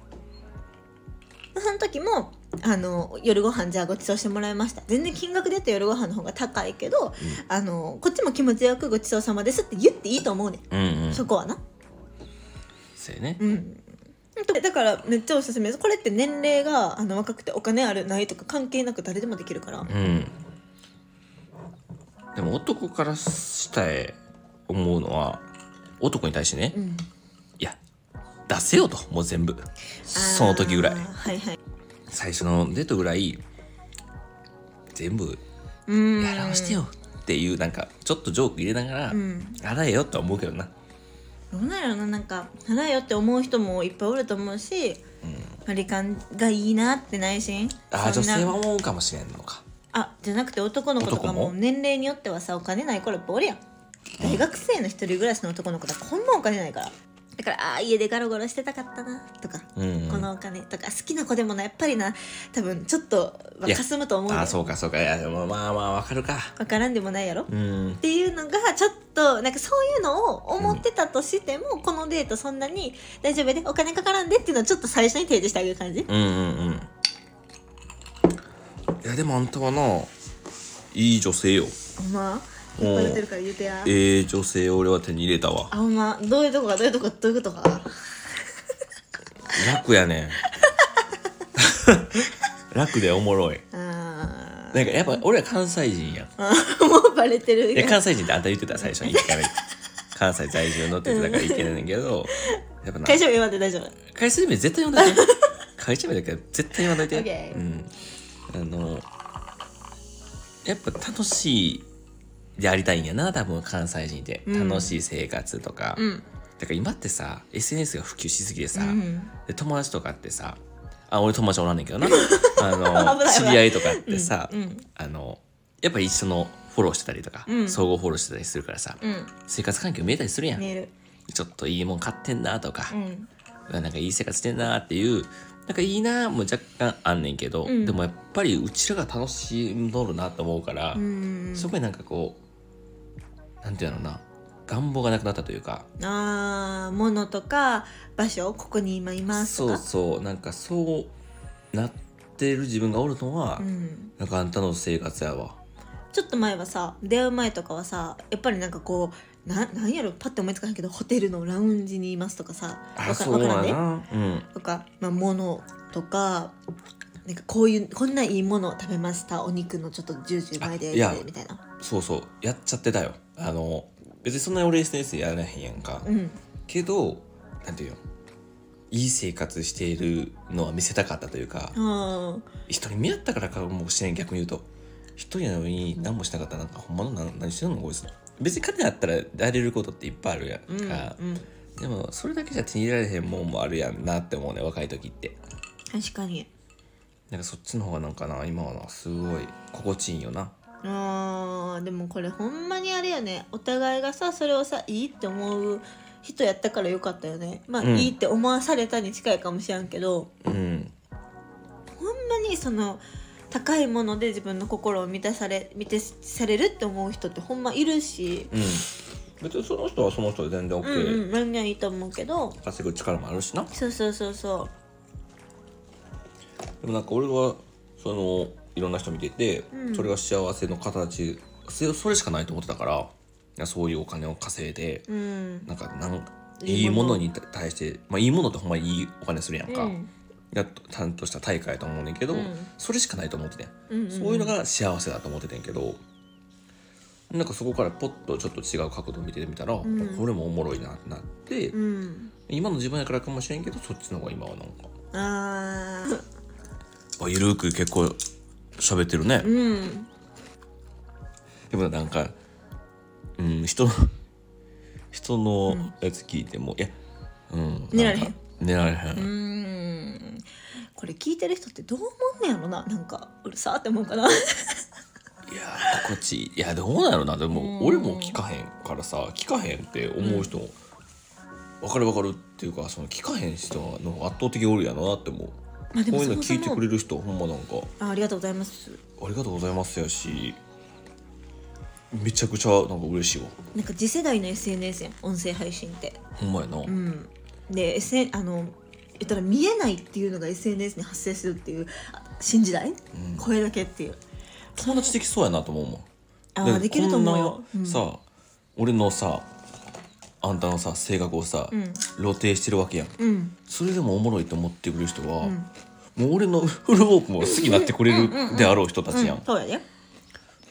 A: その時もあの夜ご飯じゃあごちそうしてもらいました全然金額で言ったら夜ご飯の方が高いけど、あのこっちも気持ちよくごちそうさまですって言っていいと思うねん、
B: うんうん
A: そこはな
B: そうやね
A: うんだからめっちゃおすすめですこれって年齢があの若くてお金あるないとか関係なく誰でもできるから
B: うんでも男からしたい思うのは男に対してね、
A: ん
B: いや出せよともう全部その時ぐらい
A: あーはいはい
B: 最初のデートぐらい全部
A: うーん
B: やらしてよっていうなんかちょっとジョーク入れながら、
A: ん
B: 洗えよとは思うけどな
A: どうなんやろななんか払えよって思う人もいっぱいおると思うし、割り勘がいいなって内心
B: あー
A: そ
B: 女
A: んな
B: 性は思うかもしれんのか
A: あじゃなくて男の子とか
B: 男
A: も
B: も
A: 年齢によってはさお金ない子らやっぱおるやん大学生の一人暮らしの男の子だこんなお金ないからだからあー家でガロガロしてたかったなとか、
B: うん
A: このお金とか好きな子でもなやっぱりな多分ちょっとはい
B: や
A: かすむと思う
B: あ
A: ね
B: ーそうかそうかいやでもまあまあわかるか
A: 分からんでもないやろ、
B: う
A: っ
B: ん
A: ていうのがちょっとなんかそういうのを思ってたとしても、このデートそんなに大丈夫やでお金かからんでっていうのをちょっと最初に提示してあげる感じ、
B: うんうんうんいやでもあんたはないい女性よ
A: まあ
B: うん
A: 引っ張られてるから言うてや
B: ええ女性を俺は手に入れたわ
A: あほんまどういうとこかどういうとこどういうことか
B: 楽 やねん楽でおもろい
A: あ
B: なんかやっぱ俺は関西人やん
A: あー もうバレてる
B: いや関西人ってあんた言ってた最初に1回目関西在住のって言ってたからいけないねんけ どやっぱな
A: 会社名まで大丈夫
B: 会社名絶対呼んどいて会社名だけは絶対言わないで、
A: オッケー
B: うん、あのやっぱ楽しいでありたいんやな多分関西人で、
A: うん
B: 楽しい生活とか、
A: うん
B: だから今ってさ SNS が普及しすぎでさ、
A: うん
B: で友達とかってさあ俺友達おらんねん けどなあ
A: 危
B: の
A: ない
B: 知り合いとかってさ、
A: うんうん
B: あのやっぱ一緒のフォローしてたりとか、
A: うん
B: 総合フォローしてたりするからさ、
A: うん
B: 生活環境見えたりするやん、
A: 寝る
B: ちょっといいもん買ってんなとか、
A: うん
B: なんかいい生活してんなっていうなんかいいなも若干あんねんけど、
A: うん
B: でもやっぱりうちらが楽しんどるなと思うから、
A: うん
B: そこになんかこうなんていうのな願望がなくなったというか
A: あー物とか場所ここに今いますと
B: そう
A: か
B: そうなんかそうなってる自分がおるのは、
A: うん、
B: なんかあんたの生活やわ
A: ちょっと前はさ出会う前とかはさやっぱりなんかこうななんやろパッて思いつかないけどホテルのラウンジにいますとかさ
B: あ
A: わか
B: そう
A: わ
B: だ
A: からんで
B: なうん
A: とか、まあ、物とかなんかこういうこんないいものを食べましたお肉のちょっとジュージュー前で
B: あいや
A: 焼いてみたいな
B: そうそうやっちゃってたよあの別にそんなに俺 SNS やらへんやんか、
A: うん
B: けどなんていうのいい生活しているのは見せたかったというか、
A: あー
B: 人に見合ったからかもしれん逆に言うと一人なのに何もしなかったらなんかほんまの何何してんのこいつ別に金あったらやれることっていっぱいあるやん
A: うん、
B: か、
A: うん、
B: でもそれだけじゃ手に入れられへんもんもあるやんなって思うね若い時って
A: 確かに
B: なんかそっちの方がなんかな今はなすごい心地いいんよな
A: あーでもこれほんまにあれやねお互いがさそれをさいいって思う人やったからよかったよねまあ、
B: うん
A: いいって思わされたに近いかもしれんけど
B: うん
A: ほんまにその高いもので自分の心を満たされ満たされるって思う人ってほんまいるし、
B: うん別にその人はその人で全然 OK、
A: うんうん何がいいと思うけど
B: 稼ぐ力もあるしな
A: そうそうそうそ
B: でもなんか俺はそのいろんな人見てて、
A: うん
B: それが幸せの形せそれしかないと思ってたからいやそういうお金を稼いで、
A: ううん
B: なんかなんか
A: い
B: い
A: い
B: い
A: も
B: も
A: の
B: のに対して、まあ、いいものってほんまにいいお金するやんか、
A: うん
B: やっとちゃんとした大会やと思うねんけど、
A: うん
B: それしかないと思っててん、
A: うんうん
B: そういうのが幸せだと思っててんけどなんかそこからポッとちょっと違う角度見てみたら、
A: ん
B: これもおもろいなってなって、
A: うん
B: 今の自分やからかもしれんけどそっちの方が今はなんか
A: あー
B: あゆるく結構喋ってるね、
A: うん
B: でもなんか、うん、人の人のやつ聞いても、いや、うん、
A: 寝られへん
B: なんか寝られへん、
A: うーんこれ聞いてる人ってどう思うんねやろななんかうるさーって思う かな
B: いや心地いいいやどうなのなでも、
A: うん
B: 俺も聞かへんからさ聞かへんって思う人、わかるわかるっていうかその聞かへん人の方が圧倒的におるやろなって思う、
A: まあでも
B: こういうの
A: そもそ
B: 聞
A: も
B: いてくれる人ほんまなんか
A: あありがとうございます
B: ありがとうございますやしめちゃくちゃなんか嬉しいわ
A: なんか次世代の SNS やん音声配信って
B: ほんまやな、
A: うんで、SN、あの言ったら見えないっていうのが SNS に発生するっていうあ新時代、声だけっていう
B: 友達できそうやなと思うもん
A: あ
B: だ
A: あ
B: っ
A: で
B: て
A: きると思うよ
B: こんなさ俺のさあんたのさ性格をさ、
A: ん
B: 露呈してるわけやん
A: うん
B: それでもおもろいと思ってくれる人は、もう俺の フルオープンを好きになってくれるであろう人たちやん、
A: そうやね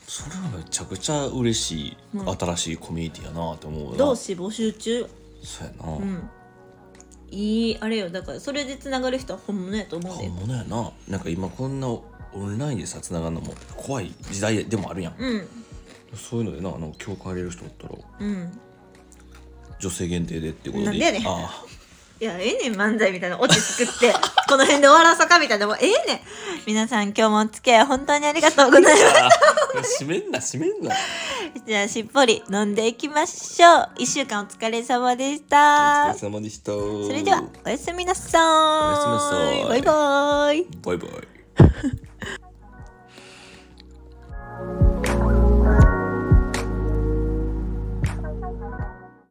B: それはめちゃくちゃ嬉しい、新しいコミュニティやなと思うな
A: 同志募集中
B: そうやな、
A: うんいいあれよだからそれでつながる人は本物やと思う
B: 本
A: で
B: 物やななんか今こんなオンラインでさつながるのも怖い時代でもあるやん、
A: うん
B: そういうのでななんか共感入れる人おったら
A: うん
B: 女性限定でってことで
A: なんでやねん
B: ああ
A: いや、ええねん、漫才みたいなオチ作って、 この辺で終わらそうかみたいな、もうええねん。皆さん今日もお付き合い本当にありがとうございます。
B: 閉めんな閉めんな
A: じゃあ、しっぽり飲んでいきましょう。一週間お疲れ様でした。そ
B: お疲れ様でした
A: れでは、おやすみなさーい。
B: おやすみなさ
A: バイ
B: い
A: バーイ。
B: バイバイ